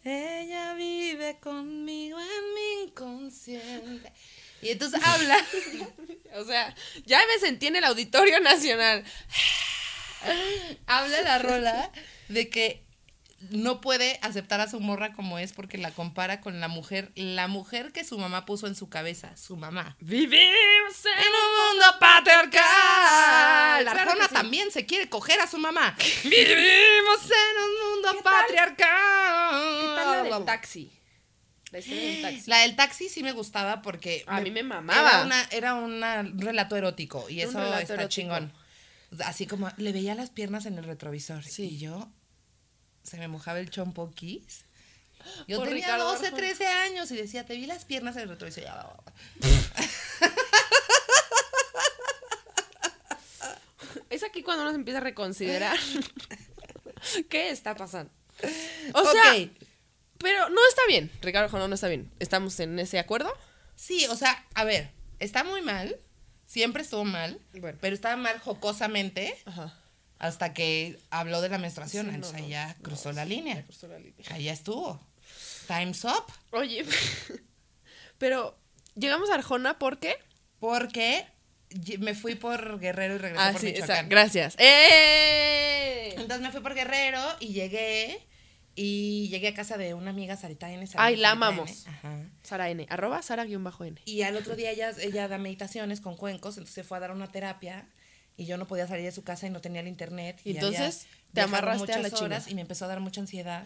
[SPEAKER 1] Ella vive conmigo en mi inconsciente. Y entonces habla.
[SPEAKER 2] O sea, ya me sentí en el Auditorio Nacional.
[SPEAKER 1] habla la rola de que no puede aceptar a su morra como es porque la compara con la mujer, la mujer que su mamá puso en su cabeza, su mamá.
[SPEAKER 2] Vivimos
[SPEAKER 1] En un mundo patriarcal.
[SPEAKER 2] Claro
[SPEAKER 1] Arjona
[SPEAKER 2] que sí.
[SPEAKER 1] también se quiere coger a su mamá. Vivimos en un mundo patriarcal.
[SPEAKER 2] en la del taxi. La historia del taxi.
[SPEAKER 1] La del taxi sí me gustaba porque
[SPEAKER 2] A
[SPEAKER 1] me-
[SPEAKER 2] mí me mamaba.
[SPEAKER 1] Era, una, era una- un relato erótico y
[SPEAKER 2] Un
[SPEAKER 1] eso
[SPEAKER 2] relato
[SPEAKER 1] está
[SPEAKER 2] erótico.
[SPEAKER 1] chingón. Así como le veía las piernas en el retrovisor
[SPEAKER 2] Sí.
[SPEAKER 1] y yo se me mojaba el chompoquis. Yo
[SPEAKER 2] Por
[SPEAKER 1] tenía
[SPEAKER 2] Ricardo
[SPEAKER 1] 12,
[SPEAKER 2] Arjona.
[SPEAKER 1] 13 años y decía, te vi las piernas en el retrovisor. Y yo,
[SPEAKER 2] Es aquí cuando uno se empieza a reconsiderar qué está pasando. O
[SPEAKER 1] Ok.
[SPEAKER 2] sea, pero no está bien. Ricardo Arjona no está bien. ¿Estamos en ese acuerdo?
[SPEAKER 1] Sí, o sea, a ver, está muy mal. Siempre estuvo mal.
[SPEAKER 2] Bueno.
[SPEAKER 1] Pero estaba mal jocosamente
[SPEAKER 2] Ajá.
[SPEAKER 1] hasta que habló de la menstruación.
[SPEAKER 2] Sí, no,
[SPEAKER 1] entonces
[SPEAKER 2] no,
[SPEAKER 1] ahí ya
[SPEAKER 2] no,
[SPEAKER 1] cruzó la línea.
[SPEAKER 2] cruzó la línea.
[SPEAKER 1] Ahí ya estuvo. Time's up.
[SPEAKER 2] Oye, pero llegamos a Arjona porque...
[SPEAKER 1] Porque ye- me fui por Guerrero y regresé
[SPEAKER 2] Ah,
[SPEAKER 1] por
[SPEAKER 2] sí, esa,
[SPEAKER 1] Michoacán.
[SPEAKER 2] gracias. ¡Eh!
[SPEAKER 1] Entonces me fui por Guerrero y llegué. Y llegué a casa de una amiga, Sarita N. Sarita
[SPEAKER 2] Ay, la
[SPEAKER 1] N.
[SPEAKER 2] amamos.
[SPEAKER 1] Ajá.
[SPEAKER 2] Sara N. Arroba Sara-N.
[SPEAKER 1] Y al otro día ella, ella da meditaciones con cuencos, entonces se fue a dar una terapia. Y y yo no podía salir de su casa y no tenía el internet.
[SPEAKER 2] Y entonces,
[SPEAKER 1] había
[SPEAKER 2] te
[SPEAKER 1] viajado
[SPEAKER 2] amarraste a
[SPEAKER 1] muchas
[SPEAKER 2] la chinga.
[SPEAKER 1] horas Y me empezó a dar mucha ansiedad.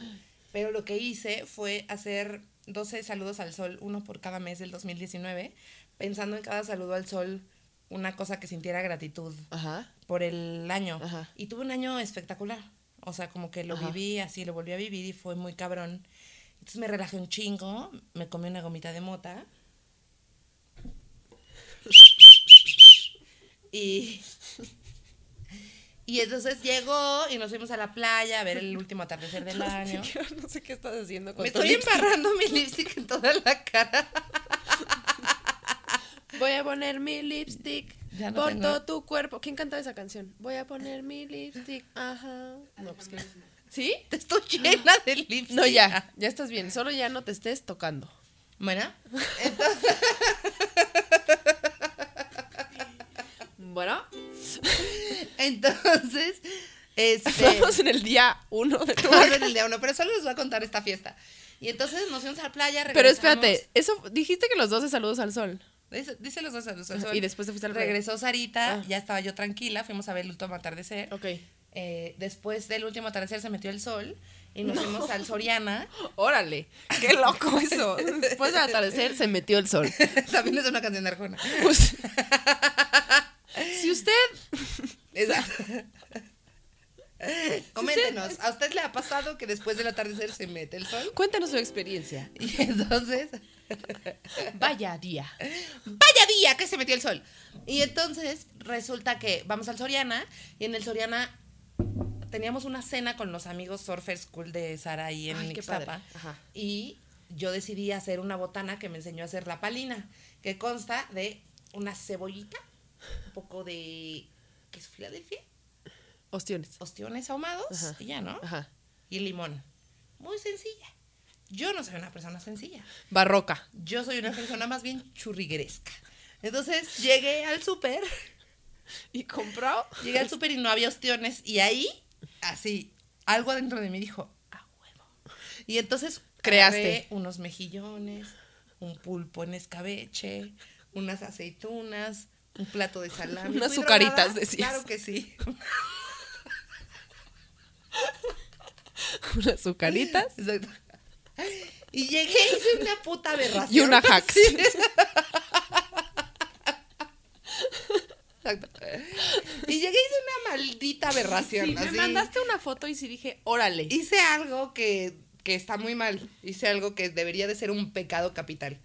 [SPEAKER 1] Pero lo que hice fue hacer 12 saludos al sol, uno por cada mes del 2019, pensando en cada saludo al sol una cosa que sintiera gratitud
[SPEAKER 2] Ajá.
[SPEAKER 1] por el año.
[SPEAKER 2] Ajá.
[SPEAKER 1] Y tuve un año espectacular. O sea, como que lo
[SPEAKER 2] Ajá.
[SPEAKER 1] viví así, lo volví a vivir y fue muy cabrón. Entonces me relajé un chingo, me comí una gomita de mota. Y. Y entonces llegó y nos fuimos a la playa a ver el último atardecer del año.
[SPEAKER 2] Yo no sé qué estás haciendo con
[SPEAKER 1] Me
[SPEAKER 2] tu
[SPEAKER 1] estoy embarrando mi lipstick en toda la cara.
[SPEAKER 2] Voy a poner mi lipstick
[SPEAKER 1] Ya no
[SPEAKER 2] por
[SPEAKER 1] tengo-
[SPEAKER 2] todo tu cuerpo. ¿Quién cantaba esa canción? Voy a poner mi lipstick. Ajá. No, pues que. ¿Sí?
[SPEAKER 1] Estoy llena de lipstick.
[SPEAKER 2] No, ya. Ya estás bien. Solo ya no te estés tocando.
[SPEAKER 1] Bueno,
[SPEAKER 2] Bueno,
[SPEAKER 1] entonces. Este,
[SPEAKER 2] estamos en el día uno de tu.
[SPEAKER 1] Más en el día uno, pero solo les voy a contar esta fiesta. Y entonces nos fuimos a la playa,
[SPEAKER 2] Pero
[SPEAKER 1] regresamos.
[SPEAKER 2] espérate, eso dijiste que los 12 saludos al sol.
[SPEAKER 1] Dice, dice los dos, los dos.
[SPEAKER 2] Ajá, y después te fuiste a la playa.
[SPEAKER 1] Regresó Sarita,
[SPEAKER 2] Ah.
[SPEAKER 1] ya estaba yo tranquila, fuimos a ver el último atardecer.
[SPEAKER 2] Ok.
[SPEAKER 1] Eh, después del último atardecer se metió el sol y nos fuimos al Soriana.
[SPEAKER 2] Órale, qué loco eso. Después del atardecer se metió el sol.
[SPEAKER 1] También es una canción de Arjona.
[SPEAKER 2] Pues- si usted,
[SPEAKER 1] Exacto. Coméntenos, ¿a usted le ha pasado que después del atardecer se mete el sol?
[SPEAKER 2] cuéntanos su experiencia.
[SPEAKER 1] Y entonces...
[SPEAKER 2] Vaya día.
[SPEAKER 1] vaya día que se metió el sol. Y entonces resulta que vamos al Soriana y en el Soriana teníamos una cena con los amigos Surfer School de Sara y en
[SPEAKER 2] Ay, qué
[SPEAKER 1] Ixtapa.
[SPEAKER 2] padre. Ajá.
[SPEAKER 1] Y yo decidí hacer una botana que me enseñó a hacer la palina, que consta de una cebollita, un poco de ¿qué es Filadelfia,
[SPEAKER 2] Ostiones.
[SPEAKER 1] ostiones ahumados
[SPEAKER 2] Ajá.
[SPEAKER 1] y ya, ¿no?
[SPEAKER 2] Ajá.
[SPEAKER 1] Y limón. Muy sencilla. Yo no soy una persona sencilla
[SPEAKER 2] Barroca.
[SPEAKER 1] yo soy una persona más bien churrigueresca. Entonces llegué al súper,
[SPEAKER 2] Y compró.
[SPEAKER 1] llegué al súper y no había ostiones. Y ahí, así, algo adentro de mí dijo, a huevo. Y entonces
[SPEAKER 2] Creaste.
[SPEAKER 1] agarré unos mejillones, un pulpo en escabeche, unas aceitunas, un plato de salami.
[SPEAKER 2] Unas
[SPEAKER 1] ¿Fui
[SPEAKER 2] azucaritas,
[SPEAKER 1] drogada?
[SPEAKER 2] decías.
[SPEAKER 1] Claro que sí.
[SPEAKER 2] unas azucaritas
[SPEAKER 1] Exacto. Y llegué y hice una puta aberración.
[SPEAKER 2] y una hacks.
[SPEAKER 1] Exacto. Y llegué y hice una maldita aberración.
[SPEAKER 2] Sí, me
[SPEAKER 1] así.
[SPEAKER 2] mandaste una foto y sí dije, órale.
[SPEAKER 1] hice algo que, que está muy mal. Hice algo que debería de ser un pecado capital.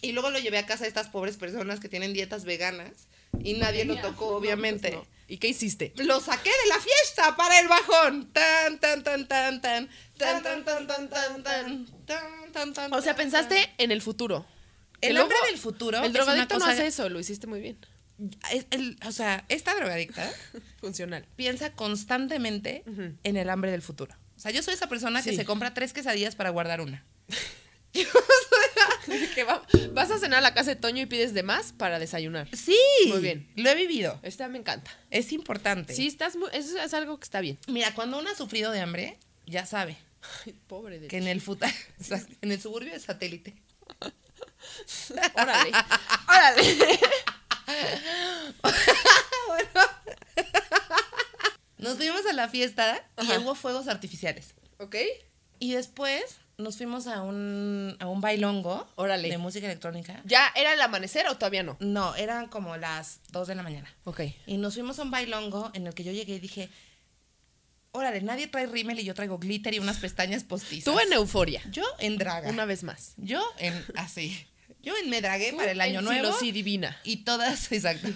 [SPEAKER 1] Y luego lo llevé a casa de estas pobres personas que tienen dietas veganas y nadie lo tocó, obviamente.
[SPEAKER 2] No. ¿Y qué hiciste?
[SPEAKER 1] Lo saqué de la fiesta para el bajón. Tan, tan, tan, tan, tan. Tan, tan, tan, tan, tan, tan. Tan, tan, tan,
[SPEAKER 2] O sea,
[SPEAKER 1] tan,
[SPEAKER 2] pensaste en el futuro.
[SPEAKER 1] tan. El
[SPEAKER 2] Que
[SPEAKER 1] hombre
[SPEAKER 2] luego
[SPEAKER 1] del futuro.
[SPEAKER 2] El
[SPEAKER 1] es una
[SPEAKER 2] drogadicto no
[SPEAKER 1] cosa-
[SPEAKER 2] hace eso, lo hiciste muy bien.
[SPEAKER 1] es- el- o sea, esta drogadicta
[SPEAKER 2] Funcional.
[SPEAKER 1] piensa constantemente
[SPEAKER 2] Ujú.
[SPEAKER 1] en el hambre del futuro. O sea, yo soy esa persona que
[SPEAKER 2] Sí.
[SPEAKER 1] se compra tres quesadillas para guardar una.
[SPEAKER 2] que va- vas a cenar a la casa de Toño y pides de más para desayunar.
[SPEAKER 1] Sí.
[SPEAKER 2] Muy bien.
[SPEAKER 1] Lo he vivido.
[SPEAKER 2] Esta me encanta.
[SPEAKER 1] Es importante.
[SPEAKER 2] Sí, estás mu- eso es algo que está bien.
[SPEAKER 1] Mira, cuando uno ha sufrido de hambre, ya sabe
[SPEAKER 2] Ay, pobre de
[SPEAKER 1] que en el futa- o sea, en el suburbio de satélite.
[SPEAKER 2] Órale. Órale.
[SPEAKER 1] Nos fuimos a la fiesta y
[SPEAKER 2] Ajá.
[SPEAKER 1] hubo fuegos artificiales.
[SPEAKER 2] ¿Ok?
[SPEAKER 1] Y después nos fuimos a un, a un bailongo
[SPEAKER 2] Órale.
[SPEAKER 1] de música electrónica.
[SPEAKER 2] ¿Ya era el amanecer o todavía no?
[SPEAKER 1] No, eran como las 2 de la mañana.
[SPEAKER 2] Ok.
[SPEAKER 1] Y nos fuimos a un bailongo en el que yo llegué y dije, órale, nadie trae rímel y yo traigo glitter y unas pestañas postizas.
[SPEAKER 2] Estuve en euforia.
[SPEAKER 1] Yo en draga.
[SPEAKER 2] Una vez más.
[SPEAKER 1] Yo en así. Yo en me dragué para el año
[SPEAKER 2] En
[SPEAKER 1] nuevo.
[SPEAKER 2] Silosí divina.
[SPEAKER 1] Y todas, exacto.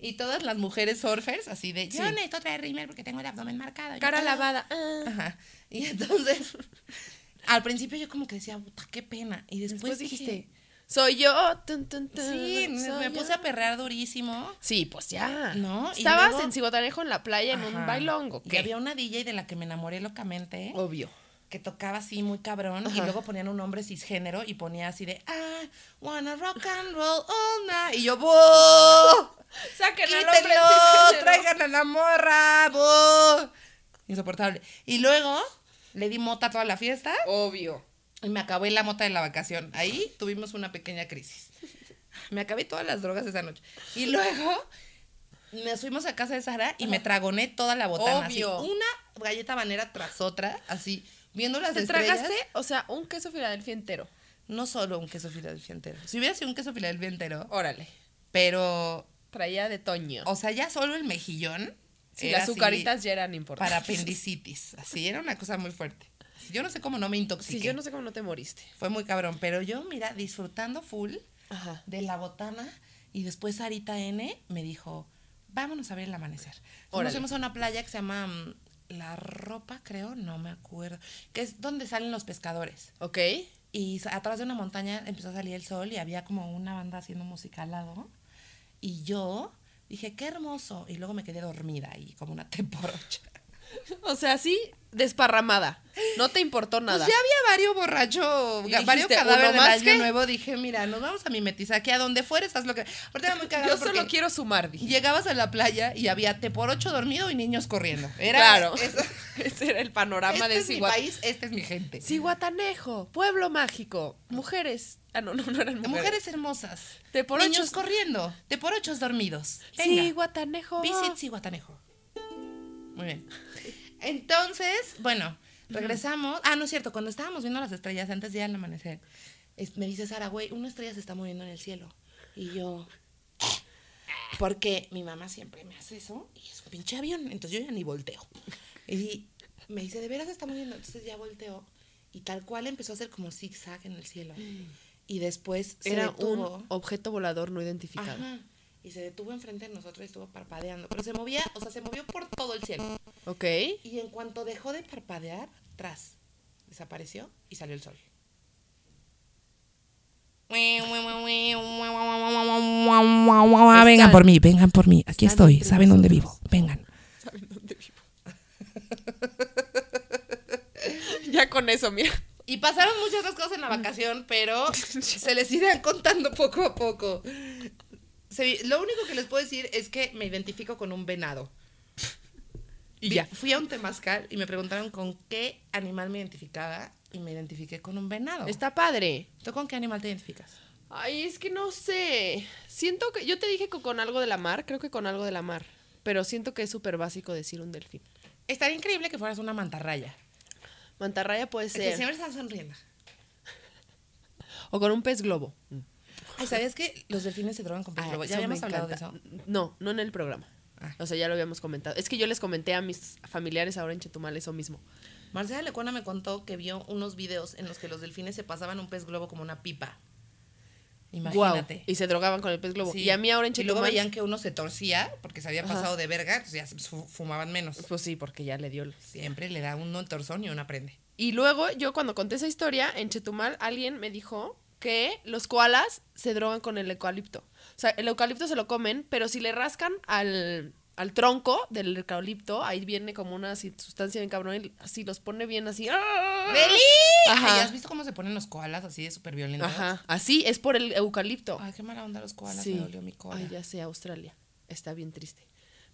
[SPEAKER 1] Y todas las mujeres surfers, así de, yo
[SPEAKER 2] Sí.
[SPEAKER 1] necesito traer rímel porque tengo el abdomen marcado. yo
[SPEAKER 2] Cara
[SPEAKER 1] tengo-".
[SPEAKER 2] lavada. Ah.
[SPEAKER 1] Ajá. Y entonces, al principio yo como que decía, puta, qué pena. Y después,
[SPEAKER 2] Después
[SPEAKER 1] dijiste,
[SPEAKER 2] dijiste, soy yo. Tun, tun, tun,
[SPEAKER 1] Pues sí, me,
[SPEAKER 2] soy
[SPEAKER 1] me
[SPEAKER 2] yo".
[SPEAKER 1] puse a perrear durísimo.
[SPEAKER 2] Sí, pues ya.
[SPEAKER 1] No, y
[SPEAKER 2] Estabas
[SPEAKER 1] luego-
[SPEAKER 2] en Cigotanejo en la playa en
[SPEAKER 1] Ajá.
[SPEAKER 2] un bailongo.
[SPEAKER 1] Y
[SPEAKER 2] ¿qué?
[SPEAKER 1] había una DJ de la que me enamoré locamente,
[SPEAKER 2] Obvio.
[SPEAKER 1] que tocaba así muy cabrón, y
[SPEAKER 2] Ajá.
[SPEAKER 1] luego ponían un hombre cisgénero y ponía así de, I wanna rock and roll all night. Y yo, ¡Boo!
[SPEAKER 2] Sáquenlo,
[SPEAKER 1] ¡Quítenlo! ¡Traigan a la morra! ¡Boo! Insoportable. Y luego le di mota a toda la fiesta
[SPEAKER 2] Obvio.
[SPEAKER 1] y me acabé la mota de la vacación. Ahí tuvimos una pequeña crisis. Me acabé todas las drogas esa noche. Y luego Nos fuimos a casa de Sara y me tragoné toda la botana. así,
[SPEAKER 2] Obvio.
[SPEAKER 1] una galleta banera tras otra, así, viendo las
[SPEAKER 2] Te
[SPEAKER 1] estrellas.
[SPEAKER 2] tragaste, o sea, un queso Filadelfia entero.
[SPEAKER 1] No solo un queso Filadelfia entero. Si hubiera sido un queso Filadelfia entero,
[SPEAKER 2] Órale.
[SPEAKER 1] pero,
[SPEAKER 2] Traía de toño.
[SPEAKER 1] o sea, ya solo el mejillón.
[SPEAKER 2] Sí,
[SPEAKER 1] Oh, era
[SPEAKER 2] las
[SPEAKER 1] así
[SPEAKER 2] azucaritas ya eran importantes.
[SPEAKER 1] Para apendicitis. Así, era una cosa muy fuerte. Yo no sé cómo no me intoxiqué.
[SPEAKER 2] Sí, yo no sé cómo no te moriste.
[SPEAKER 1] Fue muy cabrón, pero yo, mira, disfrutando full
[SPEAKER 2] Ajá.
[SPEAKER 1] de la botana y después Sarita N me dijo, vámonos a ver el amanecer. Entonces
[SPEAKER 2] Órale.
[SPEAKER 1] Nos fuimos a una playa que se llama mm, La Ropa, creo, no me acuerdo, que es donde salen los pescadores.
[SPEAKER 2] ¿Ok?
[SPEAKER 1] Y sa- atrás de una montaña empezó a salir el sol y había como una banda haciendo música al lado. Y yo dije, qué hermoso. Y luego me quedé dormida ahí como una temporocha.
[SPEAKER 2] O sea, así, desparramada. No te importó nada.
[SPEAKER 1] Pues ya había varios borrachos,
[SPEAKER 2] Y
[SPEAKER 1] ga- varios
[SPEAKER 2] dijiste,
[SPEAKER 1] cadáveres
[SPEAKER 2] ¿uno
[SPEAKER 1] del
[SPEAKER 2] más
[SPEAKER 1] año
[SPEAKER 2] qué?
[SPEAKER 1] nuevo. Dije, mira, nos vamos a mimetizar, que a donde fueres haz lo que... Ahorita era muy cagado
[SPEAKER 2] Yo solo
[SPEAKER 1] porque
[SPEAKER 2] quiero sumar, dije.
[SPEAKER 1] Llegabas a la playa y había te por ocho dormido y niños corriendo. Era,
[SPEAKER 2] claro.
[SPEAKER 1] eso-
[SPEAKER 2] Ese era el panorama
[SPEAKER 1] este
[SPEAKER 2] de
[SPEAKER 1] es mi
[SPEAKER 2] Cihuatanejo.
[SPEAKER 1] país, esta es mi gente.
[SPEAKER 2] Cihuatanejo, pueblo mágico, mujeres. Ah, no, no, no eran mujeres.
[SPEAKER 1] Mujeres hermosas.
[SPEAKER 2] Te por
[SPEAKER 1] niños
[SPEAKER 2] ochos.
[SPEAKER 1] corriendo. Te por ochos dormidos. Venga.
[SPEAKER 2] Cihuatanejo.
[SPEAKER 1] Visit Cihuatanejo. Muy bien. Entonces, bueno, regresamos. Ah, no es cierto, cuando estábamos viendo las estrellas antes de ir al amanecer, es- me dice Sara, güey, una estrella se está moviendo en el cielo. Y yo, porque mi mamá siempre me hace eso y es un pinche avión, entonces yo ya ni volteo. Y me dice, ¿de veras se está moviendo? Entonces ya volteo. Y tal cual empezó a hacer como zigzag en el cielo. Y después se
[SPEAKER 2] Mm. Era
[SPEAKER 1] detuvo.
[SPEAKER 2] un objeto volador no identificado.
[SPEAKER 1] Ajá. Y se detuvo enfrente de nosotros y estuvo parpadeando. Pero se movía, o sea, se movió por todo el cielo.
[SPEAKER 2] ¿Ok?
[SPEAKER 1] Y en cuanto dejó de parpadear, tras, desapareció y salió el sol.
[SPEAKER 2] Vengan por
[SPEAKER 1] mí, vengan por mí. Aquí
[SPEAKER 2] Están estoy, entre saben dónde nosotros.
[SPEAKER 1] Vengan.
[SPEAKER 2] ¿Saben dónde vivo? ya con eso, mira.
[SPEAKER 1] Y pasaron muchas otras cosas en la vacación, pero se les irán contando poco a poco. Se- lo único que les puedo decir es que me identifico con un venado.
[SPEAKER 2] Y
[SPEAKER 1] Vi-
[SPEAKER 2] ya.
[SPEAKER 1] Fui a un temazcal y me preguntaron con qué animal me identificaba y me identifiqué con un venado.
[SPEAKER 2] Está padre.
[SPEAKER 1] ¿Tú con qué animal te identificas?
[SPEAKER 2] Oh. Ay, es que no sé. Siento que. Yo te dije que con algo de la mar, creo que con algo de la mar. Pero siento que es súper básico decir un delfín.
[SPEAKER 1] Estaría increíble que fueras una mantarraya.
[SPEAKER 2] Mantarraya puede
[SPEAKER 1] Que
[SPEAKER 2] ser.
[SPEAKER 1] siempre están sonriendo.
[SPEAKER 2] O con un pez globo.
[SPEAKER 1] Ay, ¿sabías que los delfines se drogan con pez
[SPEAKER 2] Ah,
[SPEAKER 1] globo?
[SPEAKER 2] eso
[SPEAKER 1] Ya habíamos
[SPEAKER 2] me
[SPEAKER 1] hablado de
[SPEAKER 2] encanta.
[SPEAKER 1] eso.
[SPEAKER 2] No, no en el programa.
[SPEAKER 1] Ah.
[SPEAKER 2] O sea, ya lo habíamos comentado. Es que yo les comenté a mis familiares ahora en Chetumal eso mismo.
[SPEAKER 1] Marcela Lecuona me contó que vio unos videos en los que los delfines se pasaban un pez globo como una pipa. Imagínate.
[SPEAKER 2] Guau. Y se drogaban con el pez globo.
[SPEAKER 1] Sí.
[SPEAKER 2] Y a mí ahora en
[SPEAKER 1] Y luego
[SPEAKER 2] Chetumal.
[SPEAKER 1] veían que uno se torcía porque se había
[SPEAKER 2] Ajá.
[SPEAKER 1] pasado de verga, entonces ya se fu- fumaban menos.
[SPEAKER 2] Pues sí, porque ya le dio. el-
[SPEAKER 1] Siempre le da uno el torzón y uno aprende.
[SPEAKER 2] Y luego yo cuando conté esa historia en Chetumal, alguien me dijo que los koalas se drogan con el eucalipto. O sea, el eucalipto se lo comen, pero si le rascan al, al tronco del eucalipto, ahí viene como una así sustancia bien cabrón y así los pone bien así. ¡ah! Ajá.
[SPEAKER 1] Ay, ¿Has visto cómo se ponen los koalas así de súper violentos?
[SPEAKER 2] Ajá, así es por el eucalipto.
[SPEAKER 1] Ay, qué mala onda los koalas,
[SPEAKER 2] Sí.
[SPEAKER 1] me dolió mi koala.
[SPEAKER 2] Ay, ya sé, Australia. Está bien triste.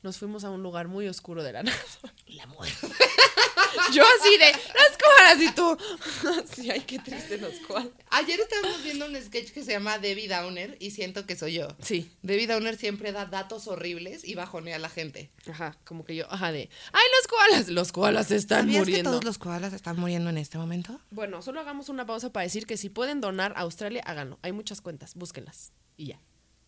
[SPEAKER 2] Nos fuimos a un lugar muy oscuro de la nada.
[SPEAKER 1] La muerte.
[SPEAKER 2] Yo así de, las koalas y tú. Sí, ay, qué triste los koalas.
[SPEAKER 1] Ayer estábamos viendo un sketch que se llama Debbie Downer y siento que soy yo.
[SPEAKER 2] Sí.
[SPEAKER 1] Debbie Downer siempre da datos horribles y bajonea a la gente.
[SPEAKER 2] Ajá, como que yo, ajá, de, ay, los koalas, los koalas se están
[SPEAKER 1] ¿Sabías que
[SPEAKER 2] muriendo.
[SPEAKER 1] todos los koalas están muriendo en este momento?
[SPEAKER 2] Bueno, solo hagamos una pausa para decir que si pueden donar a Australia, háganlo. Hay muchas cuentas, búsquenlas. Y ya.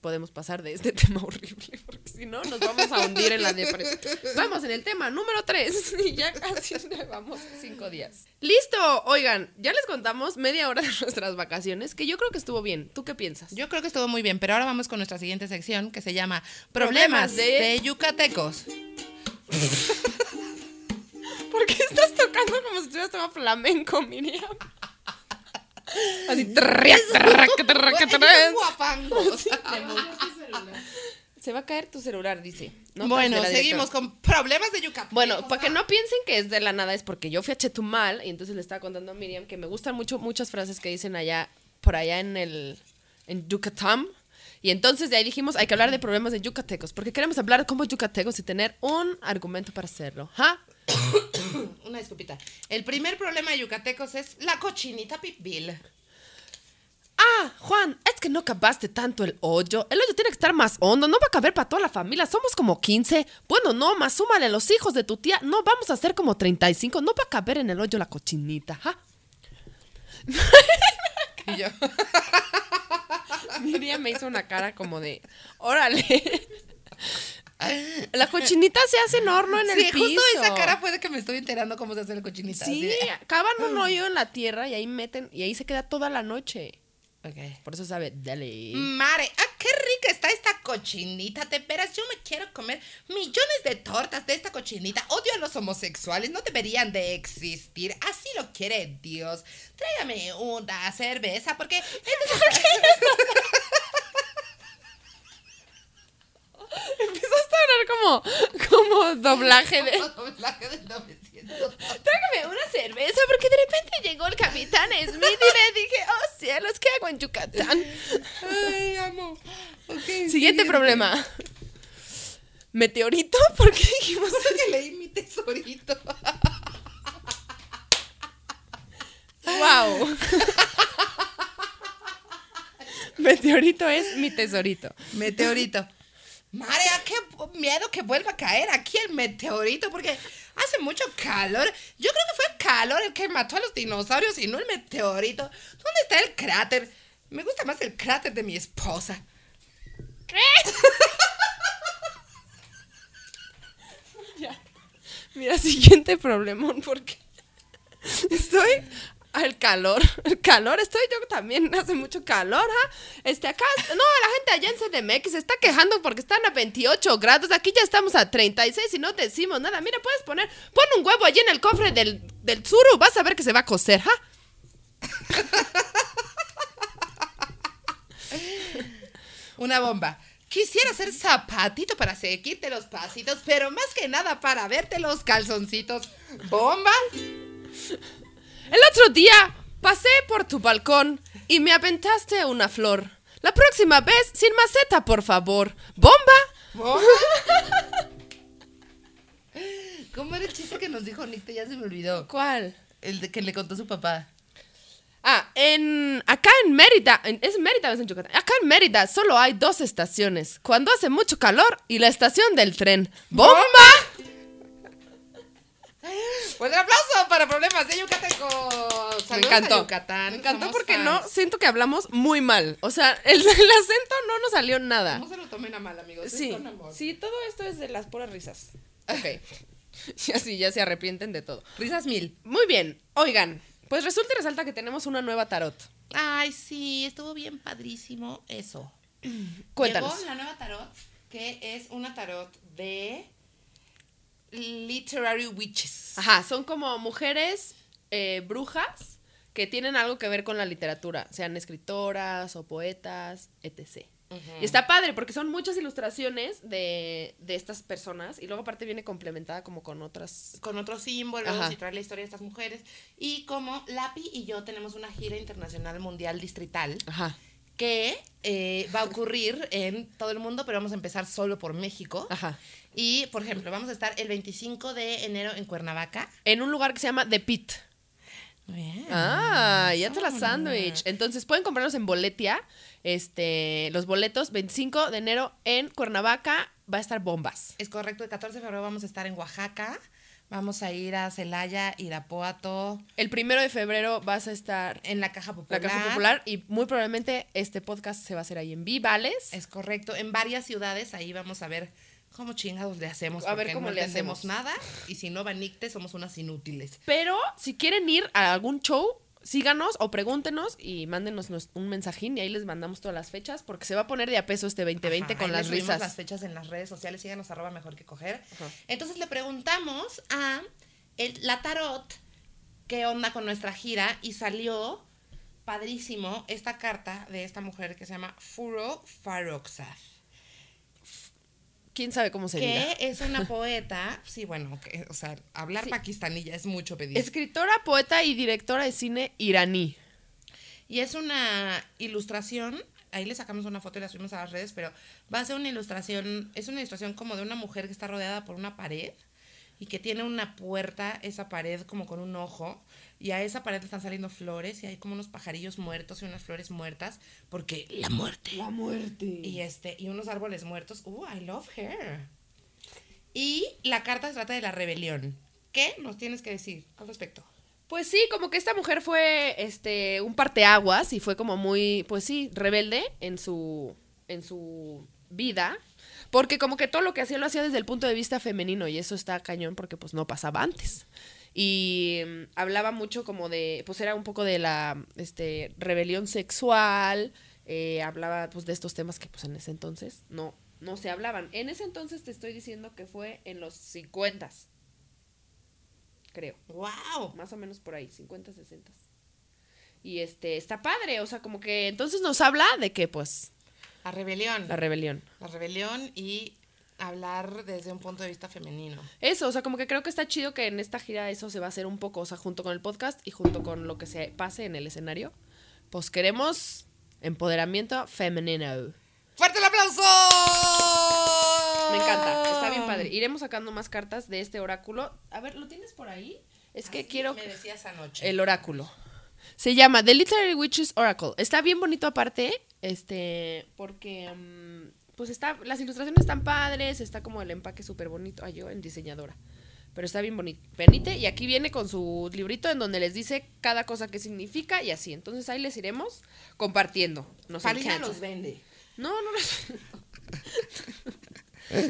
[SPEAKER 2] Podemos pasar de este tema horrible, porque si no, nos vamos a hundir en la depresión. Vamos en el tema número 3. Y ya casi vamos cinco días. ¡Listo! Oigan, ya les contamos media hora de nuestras vacaciones, que yo creo que estuvo bien. ¿Tú qué piensas?
[SPEAKER 1] Yo creo que estuvo muy bien, pero ahora vamos con nuestra siguiente sección que se llama Problemas,
[SPEAKER 2] Problemas
[SPEAKER 1] de...
[SPEAKER 2] de-
[SPEAKER 1] Yucatecos.
[SPEAKER 2] ¿Por qué estás tocando como si estuvieras tocando flamenco, Miriam? Así. trrrac, trrrac, trrrac, trrrac. Se va a caer tu celular, dice. Notas de
[SPEAKER 1] Bueno,
[SPEAKER 2] la
[SPEAKER 1] seguimos
[SPEAKER 2] directora.
[SPEAKER 1] con Problemas de Yucatecos.
[SPEAKER 2] Bueno, para que no piensen que es de la nada, es porque yo fui a Chetumal y entonces le estaba contando a Miriam que me gustan mucho muchas frases que dicen allá, por allá en el. en Yucatán. Y entonces de ahí dijimos, hay que hablar de problemas de yucatecos, porque queremos hablar como yucatecos y tener un argumento para hacerlo. ¿Ja?
[SPEAKER 1] Una disculpita. El primer problema de Yucatecos es la cochinita pibil.
[SPEAKER 2] Ah, Juan, es que no acabaste tanto el hoyo. El hoyo tiene que estar más hondo, no va a caber para toda la familia. Somos como 15. Bueno, no, más súmale los hijos de tu tía. No, vamos a ser como 35. No va a caber en el hoyo la cochinita. ¿ja?
[SPEAKER 1] Y yo,
[SPEAKER 2] Miriam me hizo una cara como de, órale. La cochinita se hace en horno en
[SPEAKER 1] sí,
[SPEAKER 2] el piso.
[SPEAKER 1] justo esa cara fue de que me estoy enterando cómo se hace la cochinita. así
[SPEAKER 2] Sí,
[SPEAKER 1] de-
[SPEAKER 2] cavan un hoyo en la tierra y ahí meten y ahí se queda toda la noche.
[SPEAKER 1] ah, Ok.
[SPEAKER 2] Por eso sabe, dale.
[SPEAKER 1] Mare, ah, qué rica está esta cochinita, de veras, yo me quiero comer millones de tortas de esta cochinita. Odio a los homosexuales, no deberían de existir, así lo quiere Dios. Tráigame una cerveza porque...
[SPEAKER 2] Empezaste a hablar como, como doblaje de.
[SPEAKER 1] Doblaje del 900.
[SPEAKER 2] Trágame una cerveza, porque de repente llegó el capitán Smith y le dije, oh cielos, ¿qué hago en Yucatán?
[SPEAKER 1] Ay, amo. Ok,
[SPEAKER 2] Siguiente problema. Meteorito, porque dijimos.
[SPEAKER 1] Justo que leí mi tesorito.
[SPEAKER 2] ¡Wow! Meteorito es mi tesorito.
[SPEAKER 1] Meteorito. Marea, qué miedo que vuelva a caer aquí el meteorito, porque hace mucho calor. Yo creo que fue el calor el que mató a los dinosaurios y no el meteorito. ¿Dónde está el cráter? Me gusta más el cráter de mi esposa.
[SPEAKER 2] Mira, siguiente problemón, porque estoy al calor, al calor, estoy yo también, hace mucho calor, ¿ah? Este, acá, no, la gente allá en CDMX se está quejando porque están a 28 grados, aquí ya estamos a 36 y no decimos nada, mira, puedes poner, pon un huevo allí en el cofre del, del suru, vas a ver que se va a cocer, ¿ah?
[SPEAKER 1] Una bomba. Quisiera ser zapatito para seguirte los pasitos, pero más que nada para verte los calzoncitos. ¿Bomba?
[SPEAKER 2] El otro día pasé por tu balcón y me aventaste una flor. La próxima vez, sin maceta, por favor. ¡Bomba!
[SPEAKER 1] ¿Bomba? ¿Cómo era el chiste que nos dijo Nick? Ya se me olvidó.
[SPEAKER 2] ¿Cuál?
[SPEAKER 1] El de que le contó su papá.
[SPEAKER 2] Ah, en, acá en Mérida, en- es en Mérida, o es en Yucatán. Acá en Mérida solo hay dos estaciones. Cuando hace mucho calor y la estación del tren. ¡Bomba!
[SPEAKER 1] Pues un aplauso para problemas de Yucateco. Saludos
[SPEAKER 2] Me encantó.
[SPEAKER 1] a Yucatán.
[SPEAKER 2] Me encantó
[SPEAKER 1] Somos
[SPEAKER 2] porque
[SPEAKER 1] fans.
[SPEAKER 2] no siento que hablamos muy mal. O sea, el, el acento no nos salió nada.
[SPEAKER 1] No se lo tomen a mal, amigos. es
[SPEAKER 2] Sí,
[SPEAKER 1] con amor.
[SPEAKER 2] sí, todo esto es de las puras risas. Ok. Y así ya se arrepienten de todo.
[SPEAKER 1] Risas mil.
[SPEAKER 2] Muy bien, oigan, pues resulta y resalta que tenemos una nueva tarot.
[SPEAKER 1] Ay, sí, estuvo bien padrísimo eso.
[SPEAKER 2] Cuéntanos.
[SPEAKER 1] Llegó la nueva tarot, que es una tarot de Literary Witches.
[SPEAKER 2] Ajá, son como mujeres eh, brujas que tienen algo que ver con la literatura, sean escritoras o poetas, etc. Y está padre porque son muchas ilustraciones de, de estas personas y luego aparte viene complementada como con otras...
[SPEAKER 1] Con otros símbolos
[SPEAKER 2] Ajá.
[SPEAKER 1] y trae la historia de estas mujeres. Y como Lapi y yo tenemos una gira internacional mundial distrital.
[SPEAKER 2] Ajá,
[SPEAKER 1] que eh, va a ocurrir en todo el mundo, pero vamos a empezar solo por México.
[SPEAKER 2] ajá.
[SPEAKER 1] Y, por ejemplo, vamos a estar el 25 de enero en Cuernavaca.
[SPEAKER 2] En un lugar que se llama The Pit. Ah, ya te la sándwich. Entonces pueden comprarlos en Boletia, este, los boletos 25 de enero en Cuernavaca, va a estar bombas.
[SPEAKER 1] Es correcto, el 14 de febrero vamos a estar en Oaxaca. Vamos a ir a Celaya, Irapuato,
[SPEAKER 2] El primero de febrero vas a estar en
[SPEAKER 1] en la Caja Popular.
[SPEAKER 2] la Caja Popular y muy probablemente este podcast se va a hacer ahí en Vivales.
[SPEAKER 1] Es correcto, en varias ciudades ahí vamos a ver cómo chingados le hacemos.
[SPEAKER 2] A ver
[SPEAKER 1] porque
[SPEAKER 2] cómo
[SPEAKER 1] no
[SPEAKER 2] le
[SPEAKER 1] entendemos
[SPEAKER 2] hacemos.
[SPEAKER 1] nada y si no vanicte somos unas inútiles.
[SPEAKER 2] Pero si quieren ir a algún show, síganos o pregúntenos y mándenos nos- un mensajín y ahí les mandamos todas las fechas porque se va a poner de a peso este 2020
[SPEAKER 1] Ajá,
[SPEAKER 2] con
[SPEAKER 1] ahí les
[SPEAKER 2] las
[SPEAKER 1] subimos
[SPEAKER 2] risas.
[SPEAKER 1] las fechas en las redes sociales, síganos arroba mejor que coger.
[SPEAKER 2] Ajá.
[SPEAKER 1] Entonces le preguntamos a el- la tarot qué onda con nuestra gira y salió padrísimo esta carta de esta mujer que se llama Furo Farrokhzad,
[SPEAKER 2] ¿Quién sabe cómo se diga?
[SPEAKER 1] que es una poeta, sí, bueno, que, o sea, hablar
[SPEAKER 2] Sí.
[SPEAKER 1] pakistaní ya es mucho pedir.
[SPEAKER 2] Escritora, poeta y directora de cine iraní.
[SPEAKER 1] Y es una ilustración, ahí le sacamos una foto y la subimos a las redes, pero va a ser una ilustración, es una ilustración como de una mujer que está rodeada por una pared y que tiene una puerta, esa pared como con un ojo, y a esa pared están saliendo flores y hay como unos pajarillos muertos y unas flores muertas, porque la muerte.
[SPEAKER 2] La muerte.
[SPEAKER 1] Y este, y unos árboles muertos. Uh, I love her. Y la carta se trata de la rebelión. ¿Qué nos tienes que decir al respecto?
[SPEAKER 2] Pues sí, como que esta mujer fue este un parteaguas y fue como muy, pues sí, rebelde en su en su vida, porque como que todo lo que hacía lo hacía desde el punto de vista femenino y eso está cañón porque pues no pasaba antes. Y mm, hablaba mucho como de, pues era un poco de la este rebelión sexual, eh, hablaba pues de estos temas que pues en ese entonces no no se hablaban. En ese entonces te estoy diciendo que fue en los 50 creo
[SPEAKER 1] ¡Wow!
[SPEAKER 2] más o menos por ahí, 50, 60. Y este, está padre, o sea, como que entonces nos habla de que, pues,
[SPEAKER 1] La rebelión.
[SPEAKER 2] la rebelión.
[SPEAKER 1] la rebelión y hablar desde un punto de vista femenino.
[SPEAKER 2] Eso, o sea, como que creo que está chido que en esta gira eso se va a hacer un poco, o sea, junto con el podcast y junto con lo que se pase en el escenario. Pues queremos empoderamiento femenino.
[SPEAKER 1] ¡Fuerte el aplauso!
[SPEAKER 2] Me encanta, está
[SPEAKER 1] Oh.
[SPEAKER 2] bien padre. Iremos sacando más cartas de este oráculo. A ver, ¿lo tienes por ahí? Es que
[SPEAKER 1] Así
[SPEAKER 2] quiero...
[SPEAKER 1] Ah, Me decías anoche.
[SPEAKER 2] El oráculo. Se llama The Literary Witches Oracle. Está bien bonito aparte, este, porque mm, pues está, las ilustraciones están padres, está como el empaque súper bonito. Ay, yo en diseñadora. Pero está bien bonito. Venite, y aquí viene con su librito en donde les dice cada cosa que significa y así. Entonces ahí les iremos compartiendo. Nos
[SPEAKER 1] Palina
[SPEAKER 2] encanta.
[SPEAKER 1] nos vende.
[SPEAKER 2] No, no, no.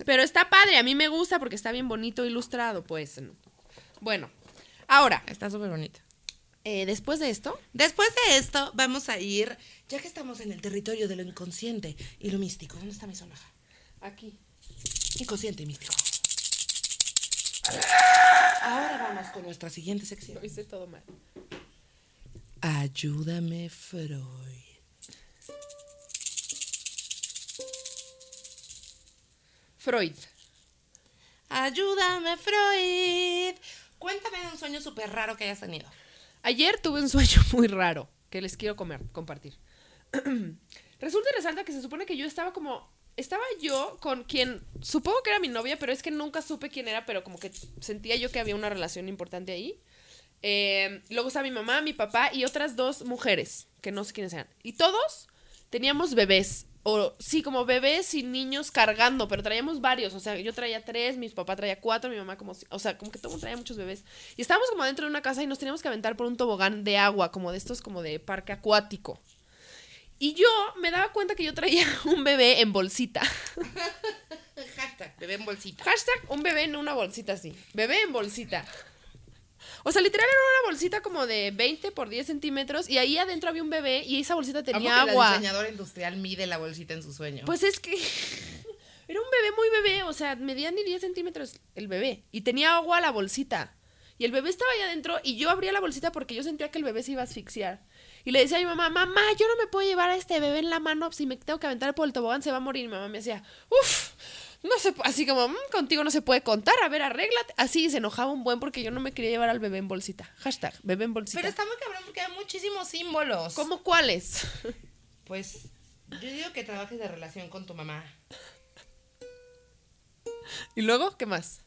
[SPEAKER 2] Pero está padre, a mí me gusta porque está bien bonito ilustrado, pues. Bueno, ahora,
[SPEAKER 1] Está súper bonita.
[SPEAKER 2] eh, después de esto,
[SPEAKER 1] Después de esto, vamos a ir, ya que estamos en el territorio de lo inconsciente y lo místico. ¿Dónde está mi sonaja?
[SPEAKER 2] Aquí.
[SPEAKER 1] Inconsciente y místico. Ahora vamos con nuestra siguiente sección.
[SPEAKER 2] Lo hice todo mal.
[SPEAKER 1] Ayúdame, Freud.
[SPEAKER 2] Freud.
[SPEAKER 1] Ayúdame, Freud. Cuéntame de un sueño súper raro que hayas tenido.
[SPEAKER 2] Ayer tuve un sueño muy raro que les quiero comer, compartir. Resulta y resalta que se supone que yo estaba como. Estaba yo con quien supongo que era mi novia, pero es que nunca supe quién era, pero como que sentía yo que había una relación importante ahí. Eh, luego estaba mi mamá, mi papá y otras dos mujeres, que no sé quiénes eran. Y todos teníamos bebés, o sí, como bebés y niños cargando, pero traíamos varios. O sea, yo traía tres, mi papá traía cuatro, mi mamá como... si- O sea, como que todo el mundo traía muchos bebés. Y estábamos como dentro de una casa y nos teníamos que aventar por un tobogán de agua, como de estos, como de parque acuático. Y yo me daba cuenta que yo traía un bebé en bolsita.
[SPEAKER 1] Hashtag, bebé en bolsita.
[SPEAKER 2] Hashtag un bebé en una bolsita así. Bebé en bolsita. O sea, literal era una bolsita como de 20 por 10 centímetros y ahí adentro había un bebé y esa bolsita tenía
[SPEAKER 1] Amo que La
[SPEAKER 2] agua.
[SPEAKER 1] diseñadora industrial mide la bolsita en su sueño.
[SPEAKER 2] Pues es que era un bebé muy bebé, o sea, medía ni 10 centímetros el bebé y tenía agua la bolsita. Y el bebé estaba ahí adentro y yo abría la bolsita porque yo sentía que el bebé se iba a asfixiar. Y le decía a mi mamá, mamá, yo no me puedo llevar a este bebé en la mano, si me tengo que aventar por el tobogán se va a morir. Y mi mamá me decía, uff, no se, pu- así como, "Mm, contigo no se puede contar, a ver, arréglate. Así y se enojaba un buen porque yo no me quería llevar al bebé en bolsita. Hashtag, bebé en bolsita.
[SPEAKER 1] Pero está muy cabrón porque hay muchísimos símbolos.
[SPEAKER 2] ¿Cómo cuáles?
[SPEAKER 1] Pues yo digo que trabajes de relación con tu mamá.
[SPEAKER 2] y luego, ¿qué más?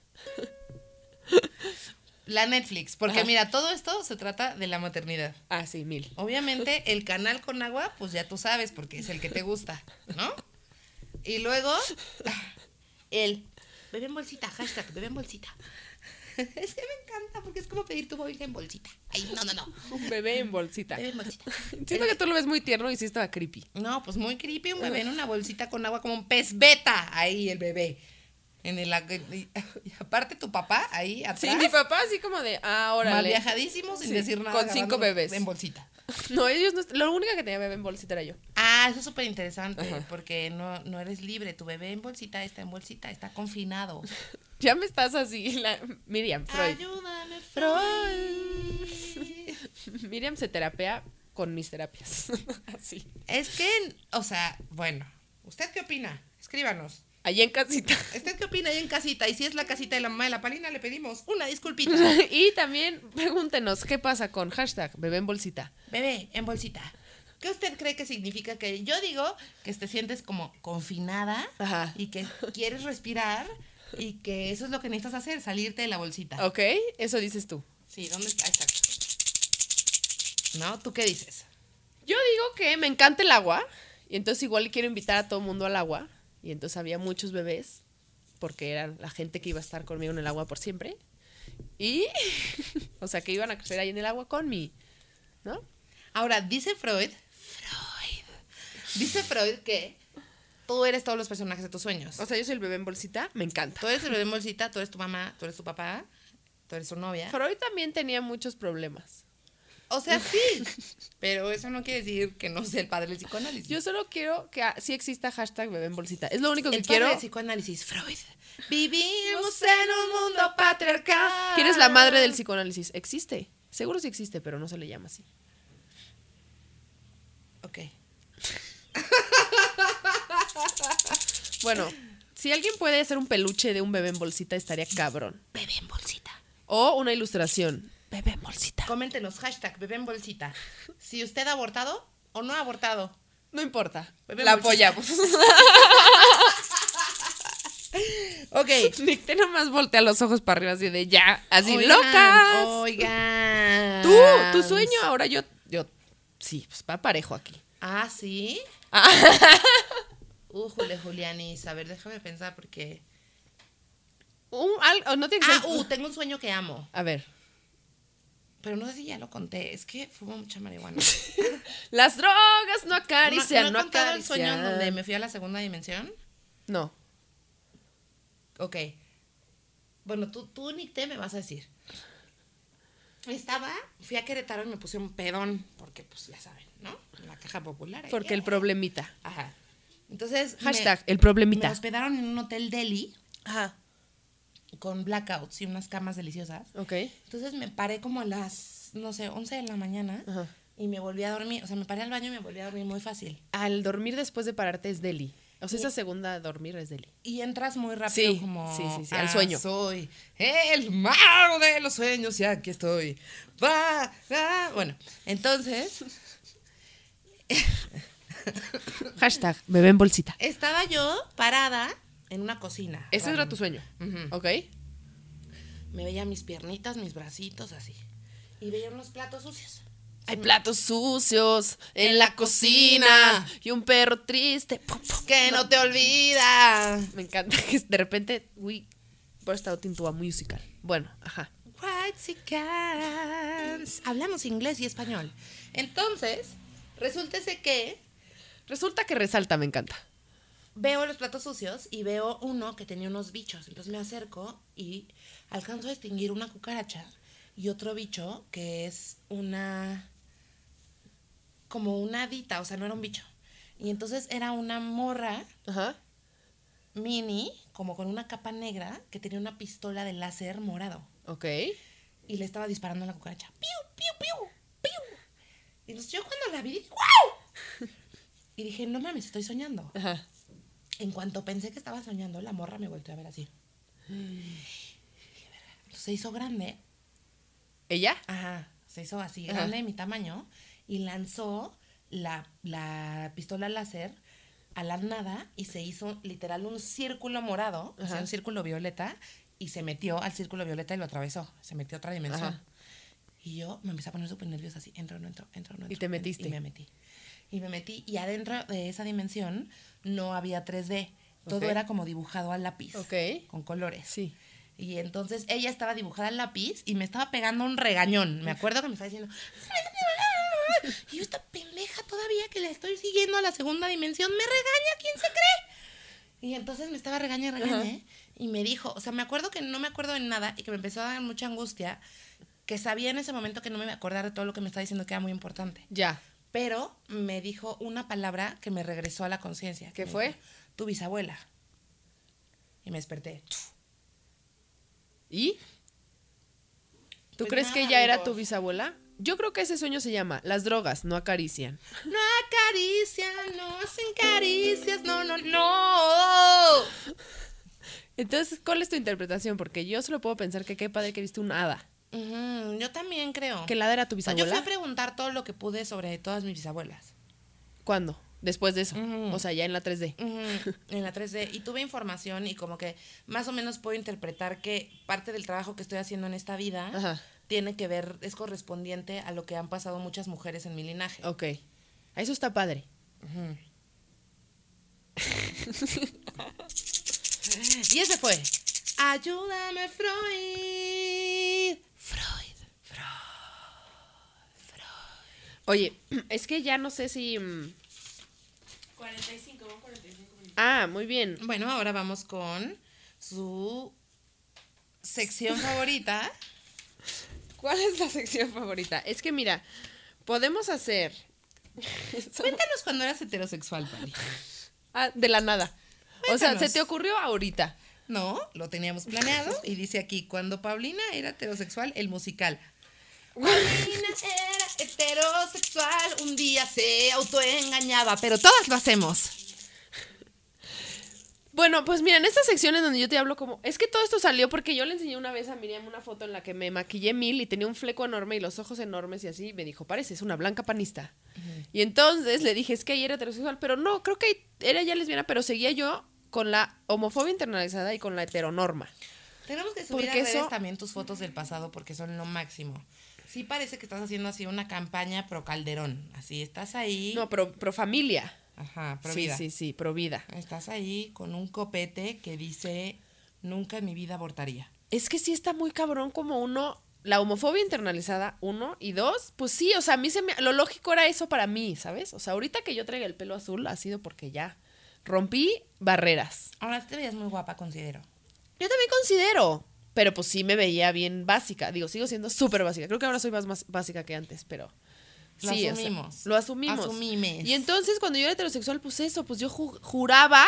[SPEAKER 1] La Netflix, porque
[SPEAKER 2] Ajá.
[SPEAKER 1] mira, todo esto se trata de la maternidad.
[SPEAKER 2] Ah, sí, mil.
[SPEAKER 1] Obviamente, el canal con agua, pues ya tú sabes, porque es el que te gusta, ¿no? Y luego, el bebé en bolsita, hashtag bebé en bolsita. Es que me encanta, porque es como pedir tu móvil en bolsita. Ay, no, no, no.
[SPEAKER 2] Un bebé en bolsita.
[SPEAKER 1] Bebé en bolsita.
[SPEAKER 2] Siento que tú lo ves muy tierno y sí estaba creepy.
[SPEAKER 1] No, pues muy creepy un bebé en una bolsita con agua como un pez beta. Ahí el bebé. En el, y, y aparte tu papá ahí atrás.
[SPEAKER 2] Sí, mi papá así como de, ah,
[SPEAKER 1] mal
[SPEAKER 2] órale.
[SPEAKER 1] viajadísimo sin
[SPEAKER 2] Sí,
[SPEAKER 1] decir nada.
[SPEAKER 2] con cinco
[SPEAKER 1] agarrando
[SPEAKER 2] bebés.
[SPEAKER 1] En bolsita.
[SPEAKER 2] No, ellos no, lo única que tenía bebé en bolsita era yo.
[SPEAKER 1] Ah, eso es súper interesante
[SPEAKER 2] Ajá.
[SPEAKER 1] porque no, no eres libre. Tu bebé en bolsita está en bolsita, está confinado.
[SPEAKER 2] Ya me estás así, la- Miriam
[SPEAKER 1] Ah,
[SPEAKER 2] Freud.
[SPEAKER 1] Ayúdame,
[SPEAKER 2] Freud. Miriam se terapea con mis terapias. así.
[SPEAKER 1] Es que, o sea, bueno, ¿usted qué opina? Escríbanos.
[SPEAKER 2] Allá en casita.
[SPEAKER 1] ¿Usted qué opina ahí en casita? Y si es la casita de la mamá de la palina, le pedimos una disculpita.
[SPEAKER 2] y también pregúntenos qué pasa con hashtag bebé en bolsita.
[SPEAKER 1] Bebé, en bolsita. ¿Qué usted cree que significa que yo digo que te sientes como confinada
[SPEAKER 2] Ajá.
[SPEAKER 1] y que quieres respirar, Y que eso es lo que necesitas hacer, salirte de la bolsita.
[SPEAKER 2] Ok, eso dices tú.
[SPEAKER 1] Sí, ¿dónde está? Ahí está. ¿No? ¿Tú qué dices?
[SPEAKER 2] Yo digo que me encanta el agua y entonces igual quiero invitar a todo el mundo al agua y entonces había muchos bebés porque eran la gente que iba a estar conmigo en el agua por siempre y o sea que iban a crecer ahí en el agua con mí, ¿no?
[SPEAKER 1] Ahora, dice Freud, dice Freud que tú eres todos los personajes de tus sueños.
[SPEAKER 2] O sea, yo soy el bebé en bolsita, me encanta.
[SPEAKER 1] Tú eres el bebé en bolsita, tú eres tu mamá, tú eres tu papá, tú eres tu novia.
[SPEAKER 2] Freud también tenía muchos problemas.
[SPEAKER 1] O sea, sí, pero eso no quiere decir que no sea el padre del psicoanálisis.
[SPEAKER 2] Yo solo quiero que ah, sí exista hashtag bebé en bolsita. Es lo único que
[SPEAKER 1] el
[SPEAKER 2] quiero.
[SPEAKER 1] padre del psicoanálisis, Freud. Vivimos en un mundo patriarcal.
[SPEAKER 2] ¿Quién es la madre
[SPEAKER 1] Ah.
[SPEAKER 2] del psicoanálisis? Existe. Seguro sí existe, pero no se le llama así.
[SPEAKER 1] Ok.
[SPEAKER 2] Bueno, si alguien puede hacer un peluche de un bebé en bolsita, estaría cabrón.
[SPEAKER 1] Bebé en bolsita.
[SPEAKER 2] O una ilustración. Bebé en bolsita.
[SPEAKER 1] Comenten los hashtag bebé en bolsita. Si usted ha abortado o no ha abortado.
[SPEAKER 2] No importa.
[SPEAKER 1] Bebé en
[SPEAKER 2] la
[SPEAKER 1] bolsita.
[SPEAKER 2] apoyamos.
[SPEAKER 1] Ok.
[SPEAKER 2] Nick, te nomás voltea los ojos para arriba así de ya, así
[SPEAKER 1] Oigan,
[SPEAKER 2] locas.
[SPEAKER 1] Oigan.
[SPEAKER 2] Tú, tu sueño, ahora yo, yo, sí, pues va parejo aquí.
[SPEAKER 1] Ah, sí. Újule, Julianis. A ver, déjame pensar porque.
[SPEAKER 2] Un, al- no tiene que
[SPEAKER 1] Ah,
[SPEAKER 2] ser-
[SPEAKER 1] uh, tengo un sueño que amo.
[SPEAKER 2] A ver,
[SPEAKER 1] Pero no sé si ya lo conté. Es que fumo mucha marihuana.
[SPEAKER 2] las drogas no acarician, no,
[SPEAKER 1] he contado el
[SPEAKER 2] acarician.
[SPEAKER 1] sueño en donde me fui a la segunda dimensión?
[SPEAKER 2] No,
[SPEAKER 1] Ok. Bueno, tú, tú ni te me vas a decir. Estaba, fui a Querétaro y me puse un pedón, porque pues ya saben, ¿no? En La caja popular. ahí.
[SPEAKER 2] porque el problemita.
[SPEAKER 1] Ajá. Entonces. me-
[SPEAKER 2] Hashtag, el
[SPEAKER 1] Me
[SPEAKER 2] problemita.
[SPEAKER 1] hospedaron en un hotel Delhi
[SPEAKER 2] Ajá,
[SPEAKER 1] con blackouts y unas camas deliciosas.
[SPEAKER 2] ok.
[SPEAKER 1] Entonces me paré como a las, no sé, 11 de la mañana
[SPEAKER 2] Ajá.
[SPEAKER 1] y me volví a dormir. O sea, me paré al baño y me volví a dormir muy fácil.
[SPEAKER 2] Al dormir después de pararte es Delhi. O sea, esa segunda dormir es Delhi.
[SPEAKER 1] Y entras muy rápido
[SPEAKER 2] Sí,
[SPEAKER 1] como
[SPEAKER 2] sí, sí, sí, al sueño".
[SPEAKER 1] Soy el mago de los sueños y aquí estoy. Va, va. Bueno, entonces
[SPEAKER 2] Hashtag, bebé en bolsita.
[SPEAKER 1] estaba yo parada en una cocina.
[SPEAKER 2] Ese era
[SPEAKER 1] Random.
[SPEAKER 2] tu sueño.
[SPEAKER 1] Ujú.
[SPEAKER 2] Ok.
[SPEAKER 1] Me veía mis piernitas, mis bracitos así. Y veía unos platos sucios.
[SPEAKER 2] Hay platos sucios en la
[SPEAKER 1] cocina.
[SPEAKER 2] cocina y un perro triste. Pum, pum.
[SPEAKER 1] Que no te olvida.
[SPEAKER 2] Me encanta que de repente, uy, burst out into a musical. Bueno, ajá.
[SPEAKER 1] White Cans. Hablamos inglés y español. Entonces, resulta ser que
[SPEAKER 2] Resulta que resalta, me encanta.
[SPEAKER 1] veo los platos sucios y veo uno que tenía unos bichos. Entonces me acerco y alcanzo a distinguir una cucaracha y otro bicho que es una. como una adita, o sea, no era un bicho. Y entonces era una morra
[SPEAKER 2] Ajá.
[SPEAKER 1] mini, como con una capa negra, que tenía una pistola de láser morado.
[SPEAKER 2] Ok.
[SPEAKER 1] y le estaba disparando a la cucaracha. ¡Piu, piu, piu, piu! Y entonces yo cuando la vi dije, ¡wow! Y dije, no mames, estoy soñando.
[SPEAKER 2] Ajá.
[SPEAKER 1] En cuanto pensé que estaba soñando, la morra me volteó a ver así. Entonces se hizo grande.
[SPEAKER 2] ¿Ella?
[SPEAKER 1] Ajá, se hizo así,
[SPEAKER 2] Ajá.
[SPEAKER 1] grande de mi tamaño. Y lanzó la, la pistola láser a la nada y se hizo literal un círculo morado, o sea,
[SPEAKER 2] Ajá.
[SPEAKER 1] un círculo violeta. Y se metió al círculo violeta y lo atravesó. Se metió a otra dimensión.
[SPEAKER 2] Ajá.
[SPEAKER 1] Y yo me empecé a poner súper nerviosa, así, entro, no entro, entro, no entro.
[SPEAKER 2] Y te
[SPEAKER 1] entro,
[SPEAKER 2] metiste.
[SPEAKER 1] Y me metí. Y me metí, y adentro de esa dimensión no había 3D. Todo
[SPEAKER 2] Ok.
[SPEAKER 1] era como dibujado al lápiz.
[SPEAKER 2] Ok.
[SPEAKER 1] Con colores.
[SPEAKER 2] Sí.
[SPEAKER 1] Y entonces ella estaba dibujada al lápiz y me estaba pegando un regañón. Me acuerdo que me estaba diciendo. Y yo, esta pendeja todavía que la estoy siguiendo a la segunda dimensión, me regaña, ¿quién se cree? Y entonces me estaba regaña y regaña, ¿eh? Y me dijo, o sea, me acuerdo que no me acuerdo de nada y que me empezó a dar mucha angustia, que sabía en ese momento que no me iba a acordar de todo lo que me estaba diciendo que era muy importante.
[SPEAKER 2] Ya.
[SPEAKER 1] Pero me dijo una palabra que me regresó a la conciencia.
[SPEAKER 2] ¿Qué
[SPEAKER 1] que me
[SPEAKER 2] fue?
[SPEAKER 1] dijo, tu bisabuela. Y me desperté.
[SPEAKER 2] ¿Y? ¿Tú
[SPEAKER 1] Pues
[SPEAKER 2] crees que
[SPEAKER 1] nada,
[SPEAKER 2] ella era
[SPEAKER 1] amigos.
[SPEAKER 2] tu bisabuela? Yo creo que ese sueño se llama Las drogas no acarician.
[SPEAKER 1] No acarician, no hacen caricias, no, no, no.
[SPEAKER 2] Entonces, ¿cuál es tu interpretación? Porque yo solo puedo pensar que qué padre que viste un hada.
[SPEAKER 1] Ujú, yo también creo.
[SPEAKER 2] ¿Que la hada era tu
[SPEAKER 1] O sea, yo
[SPEAKER 2] bisabuela?
[SPEAKER 1] fui a preguntar todo lo que pude sobre todas mis bisabuelas.
[SPEAKER 2] ¿Cuándo? después de eso.
[SPEAKER 1] Ujú.
[SPEAKER 2] O sea, ya en la 3D.
[SPEAKER 1] Ujú, en la 3D y tuve información y como que más o menos puedo interpretar que parte del trabajo que estoy haciendo en esta vida
[SPEAKER 2] Ajá.
[SPEAKER 1] tiene que ver, es correspondiente a lo que han pasado muchas mujeres en mi linaje.
[SPEAKER 2] Ok. Eso está padre.
[SPEAKER 1] Y ese fue. Ayúdame, Freud. Freud.
[SPEAKER 2] Oye, es que ya no sé si. mm,
[SPEAKER 3] 45, vamos 45 minutos.
[SPEAKER 2] Ah, muy bien.
[SPEAKER 1] Bueno, ahora vamos con su sección favorita.
[SPEAKER 2] ¿Cuál es la sección favorita? Es que mira, podemos hacer.
[SPEAKER 1] Cuéntanos cuando eras heterosexual, Pali.
[SPEAKER 2] Ah, de la nada. O sea,
[SPEAKER 1] Cuéntanos.
[SPEAKER 2] se te ocurrió ahorita.
[SPEAKER 1] No, lo teníamos planeado y dice aquí, cuando Paulina era heterosexual, el musical. Paulina era heterosexual, un día se autoengañaba, pero todas lo hacemos.
[SPEAKER 2] Bueno, pues mira, en esta sección en donde yo te hablo como... Es que todo esto salió porque yo le enseñé una vez a Miriam una foto en la que me maquillé mil y tenía un fleco enorme y los ojos enormes y así. y me dijo, pareces una blanca panista. Y entonces le dije, es que ahí era heterosexual. Pero no, creo que ahí era ya lesbiana, pero seguía yo con la homofobia internalizada y con la heteronorma.
[SPEAKER 1] Tenemos que subir a
[SPEAKER 2] Porque
[SPEAKER 1] redes
[SPEAKER 2] eso-
[SPEAKER 1] también tus fotos del pasado porque son lo máximo. Sí parece que estás haciendo así una campaña pro Calderón. Así estás ahí.
[SPEAKER 2] No, pro, pro familia.
[SPEAKER 1] Ajá, pro
[SPEAKER 2] sí,
[SPEAKER 1] vida.
[SPEAKER 2] sí, sí, pro vida.
[SPEAKER 1] Estás ahí con un copete que dice, nunca en mi vida abortaría.
[SPEAKER 2] Es que sí está muy cabrón como uno, la homofobia internalizada, uno, y dos, pues sí, o sea, a mí se me, lo lógico era eso para mí, ¿sabes? O sea, ahorita que yo traiga el pelo azul ha sido porque ya rompí barreras.
[SPEAKER 1] Ahora sí te veías muy guapa, considero.
[SPEAKER 2] Yo también considero, pero pues sí me veía bien básica, digo, sigo siendo súper básica, creo que ahora soy más, más básica que antes, pero...
[SPEAKER 1] Lo
[SPEAKER 2] sí, o sea,
[SPEAKER 1] asumimos.
[SPEAKER 2] lo asumimos.
[SPEAKER 1] Asumimes.
[SPEAKER 2] Y entonces cuando yo era heterosexual, pues eso, pues yo ju- juraba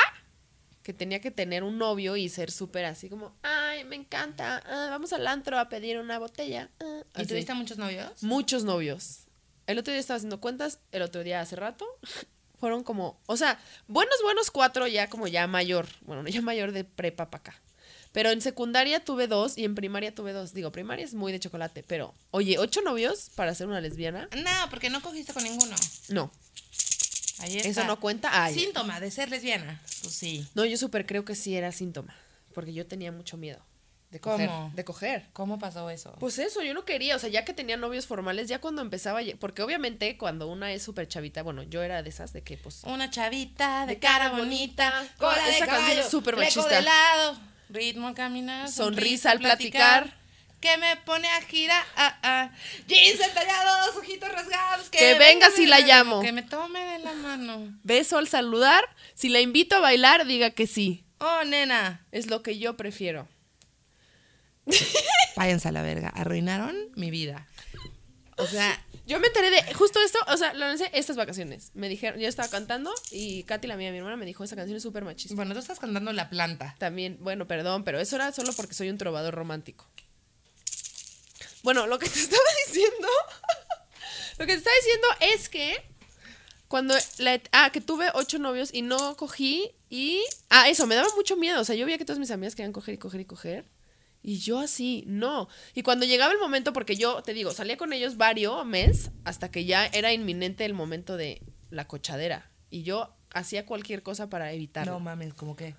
[SPEAKER 2] que tenía que tener un novio y ser súper así como, ay, me encanta, ah, vamos al antro a pedir una botella. ah",
[SPEAKER 1] ¿Y
[SPEAKER 2] así.
[SPEAKER 1] tuviste muchos novios?
[SPEAKER 2] muchos novios. El otro día estaba haciendo cuentas, el otro día hace rato, fueron como, o sea, buenos, buenos cuatro ya como ya mayor, bueno, ya mayor de prepa para acá. Pero en secundaria tuve dos y en primaria tuve dos. Digo, primaria es muy de chocolate, pero, oye, ocho novios para ser una lesbiana,
[SPEAKER 1] No, porque no cogiste con ninguno.
[SPEAKER 2] no.
[SPEAKER 1] Ahí está.
[SPEAKER 2] ¿Eso no cuenta? Ay.
[SPEAKER 1] Síntoma de ser lesbiana. Pues sí.
[SPEAKER 2] No, yo súper creo que sí era síntoma, porque yo tenía mucho miedo de coger.
[SPEAKER 1] ¿Cómo?
[SPEAKER 2] De coger.
[SPEAKER 1] ¿Cómo pasó eso?
[SPEAKER 2] Pues eso, yo no quería, o sea, ya que tenía novios formales, ya cuando empezaba, ya- porque obviamente cuando una es súper chavita, bueno, yo era de esas de que pues...
[SPEAKER 1] Una chavita de cara bonita,
[SPEAKER 2] bonita,
[SPEAKER 1] cola de
[SPEAKER 2] esa canción
[SPEAKER 1] caballo,
[SPEAKER 2] es súper
[SPEAKER 1] fleco
[SPEAKER 2] machista.
[SPEAKER 1] de lado, ritmo al caminar,
[SPEAKER 2] Sonrisa al platicar.
[SPEAKER 1] que me pone a girar, ah, ah. jeans entallados, ojitos rasgados, que,
[SPEAKER 2] Que venga si
[SPEAKER 1] de
[SPEAKER 2] la
[SPEAKER 1] mano,
[SPEAKER 2] llamo.
[SPEAKER 1] que me tome de la mano.
[SPEAKER 2] Beso al saludar, si la invito a bailar, diga que sí.
[SPEAKER 1] Oh, nena.
[SPEAKER 2] Es lo que yo prefiero.
[SPEAKER 1] Váyanse a la verga, arruinaron mi vida. O sea,
[SPEAKER 2] Yo me enteré de justo esto, o sea, lo lancé estas vacaciones. Me dijeron, yo estaba cantando y Katy, la mía, mi hermana, me dijo, esa canción es súper machista.
[SPEAKER 1] bueno, tú estás cantando la planta.
[SPEAKER 2] También, bueno, perdón, pero eso era solo porque soy un trovador romántico. Bueno, lo que te estaba diciendo, lo que te estaba diciendo es que cuando la, et- ah, que tuve ocho novios y no cogí y ah, eso, me daba mucho miedo, o sea, yo veía que todas mis amigas querían coger y coger y coger y yo así, no. Y cuando llegaba el momento porque yo te digo, salía con ellos varios meses hasta que ya era inminente el momento de la cochadera y yo hacía cualquier cosa para evitarlo.
[SPEAKER 1] No mames, como que.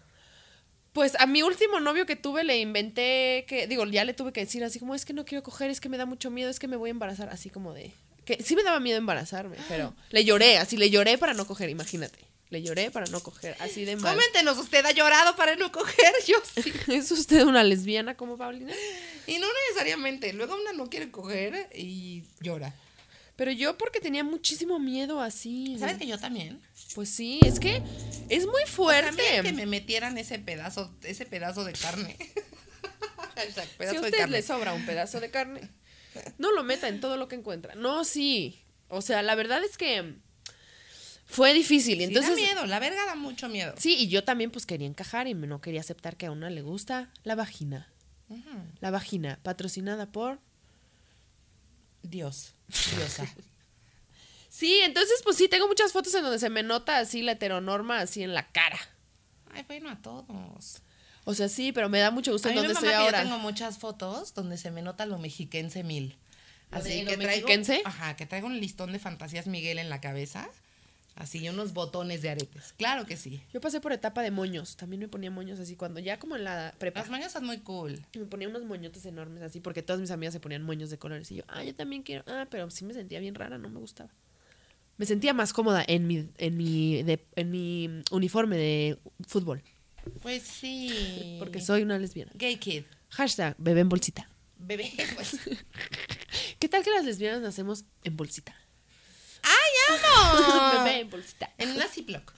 [SPEAKER 2] Pues a mi último novio que tuve le inventé que, digo, ya le tuve que decir así como, es que no quiero coger, es que me da mucho miedo, es que me voy a embarazar, así como de... Que sí me daba miedo embarazarme, pero le lloré, así le lloré para no coger, imagínate. Le lloré para no coger, así de mal.
[SPEAKER 1] Coméntenos, usted ha llorado para no coger, yo sí.
[SPEAKER 2] ¿Es usted una lesbiana como Paulina?
[SPEAKER 1] Y no necesariamente, luego una no quiere coger y llora.
[SPEAKER 2] Pero yo porque tenía muchísimo miedo así.
[SPEAKER 1] ¿Sabes que yo también?
[SPEAKER 2] Pues sí, es que es muy
[SPEAKER 1] También
[SPEAKER 2] fuerte.
[SPEAKER 1] que me metieran ese pedazo, ese pedazo de carne. Hashtag,
[SPEAKER 2] si a
[SPEAKER 1] pedazo de
[SPEAKER 2] usted
[SPEAKER 1] carne.
[SPEAKER 2] le sobra un pedazo de carne, no lo meta en todo lo que encuentra. No, sí. O sea, la verdad es que fue difícil.
[SPEAKER 1] Sí
[SPEAKER 2] Y entonces,
[SPEAKER 1] da miedo, la verga da mucho miedo.
[SPEAKER 2] sí, y yo también pues quería encajar y no quería aceptar que a una le gusta la vagina. La vagina, patrocinada por...
[SPEAKER 1] Dios, diosa.
[SPEAKER 2] Sí, entonces pues sí, tengo muchas fotos en donde se me nota así la heteronorma así en la cara.
[SPEAKER 1] Ay, bueno, a todos.
[SPEAKER 2] O sea, sí, pero me da mucho gusto
[SPEAKER 1] A
[SPEAKER 2] en
[SPEAKER 1] mí me
[SPEAKER 2] donde estoy
[SPEAKER 1] mama que yo
[SPEAKER 2] ahora.
[SPEAKER 1] tengo muchas fotos donde se me nota lo mexiquense mil.
[SPEAKER 2] ¿Lo de
[SPEAKER 1] Así
[SPEAKER 2] lo
[SPEAKER 1] que traigo,
[SPEAKER 2] mexiquense?
[SPEAKER 1] ajá, que traigo un listón de fantasías Miguel en la cabeza Así, unos botones de aretes. Claro que sí.
[SPEAKER 2] Yo pasé por etapa de moños. También me ponía moños así cuando ya como en la prepa.
[SPEAKER 1] Las mañas son muy cool.
[SPEAKER 2] Me ponía unos moñotes enormes así porque todas mis amigas se ponían moños de colores. Y yo, ah, yo también quiero. Ah, pero sí me sentía bien rara, no me gustaba. Me sentía más cómoda en mi, en mi, de- en mi uniforme de fútbol.
[SPEAKER 1] Pues sí.
[SPEAKER 2] Porque soy una lesbiana.
[SPEAKER 1] Gay kid.
[SPEAKER 2] Hashtag bebé en bolsita.
[SPEAKER 1] Bebé. pues.
[SPEAKER 2] ¿Qué tal que las lesbianas nacemos en bolsita?
[SPEAKER 1] ¡Ay, amo!
[SPEAKER 2] bebé en bolsita.
[SPEAKER 1] En una Ziploc.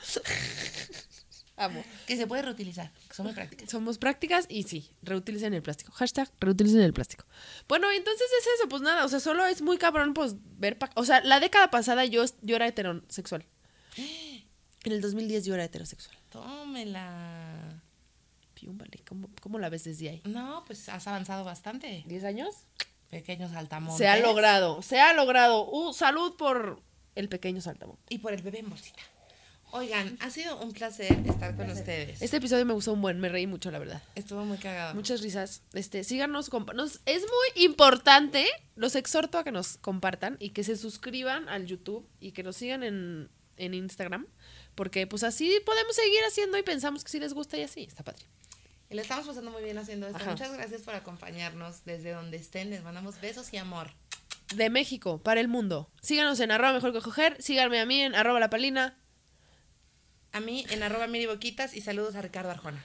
[SPEAKER 2] Amo.
[SPEAKER 1] Que se puede reutilizar. Que son muy prácticas.
[SPEAKER 2] Somos prácticas y sí, reutilicen el plástico. Hashtag reutilicen el plástico. Bueno, entonces es eso, pues nada, o sea, solo es muy cabrón pues ver, pa- o sea, la década pasada yo, yo era heterosexual. En el 2010 yo era heterosexual.
[SPEAKER 1] Tómela.
[SPEAKER 2] Piúmbale, ¿cómo, cómo la ves desde ahí?
[SPEAKER 1] No, pues has avanzado bastante.
[SPEAKER 2] ¿10 años?
[SPEAKER 1] Pequeños saltamontes.
[SPEAKER 2] Se ha logrado, se ha logrado. Uh, salud por el pequeño saltamo.
[SPEAKER 1] Y por el bebé en bolsita. Oigan, ha sido un placer estar con ustedes.
[SPEAKER 2] Este episodio me gustó un buen, me reí mucho, la verdad.
[SPEAKER 1] Estuvo muy cagado.
[SPEAKER 2] Muchas risas. Este, síganos, compa- nos- es muy importante. Los exhorto a que nos compartan y que se suscriban al YouTube y que nos sigan en, en Instagram. Porque pues así podemos seguir haciendo y pensamos que si les gusta y así. Está padre.
[SPEAKER 1] Y lo estamos pasando muy bien haciendo esto.
[SPEAKER 2] Ajá.
[SPEAKER 1] Muchas gracias por acompañarnos desde donde estén. Les mandamos besos y amor.
[SPEAKER 2] De México, para el mundo. Síganos en arroba mejor que coger. Síganme a mí en arroba la palina.
[SPEAKER 1] A mí en arroba miri boquitas y saludos a Ricardo Arjona.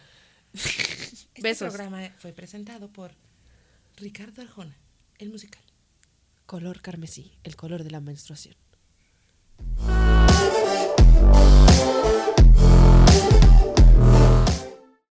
[SPEAKER 1] Este
[SPEAKER 2] Besos.
[SPEAKER 1] programa fue presentado por Ricardo Arjona, el musical.
[SPEAKER 2] Color carmesí, el color de la menstruación.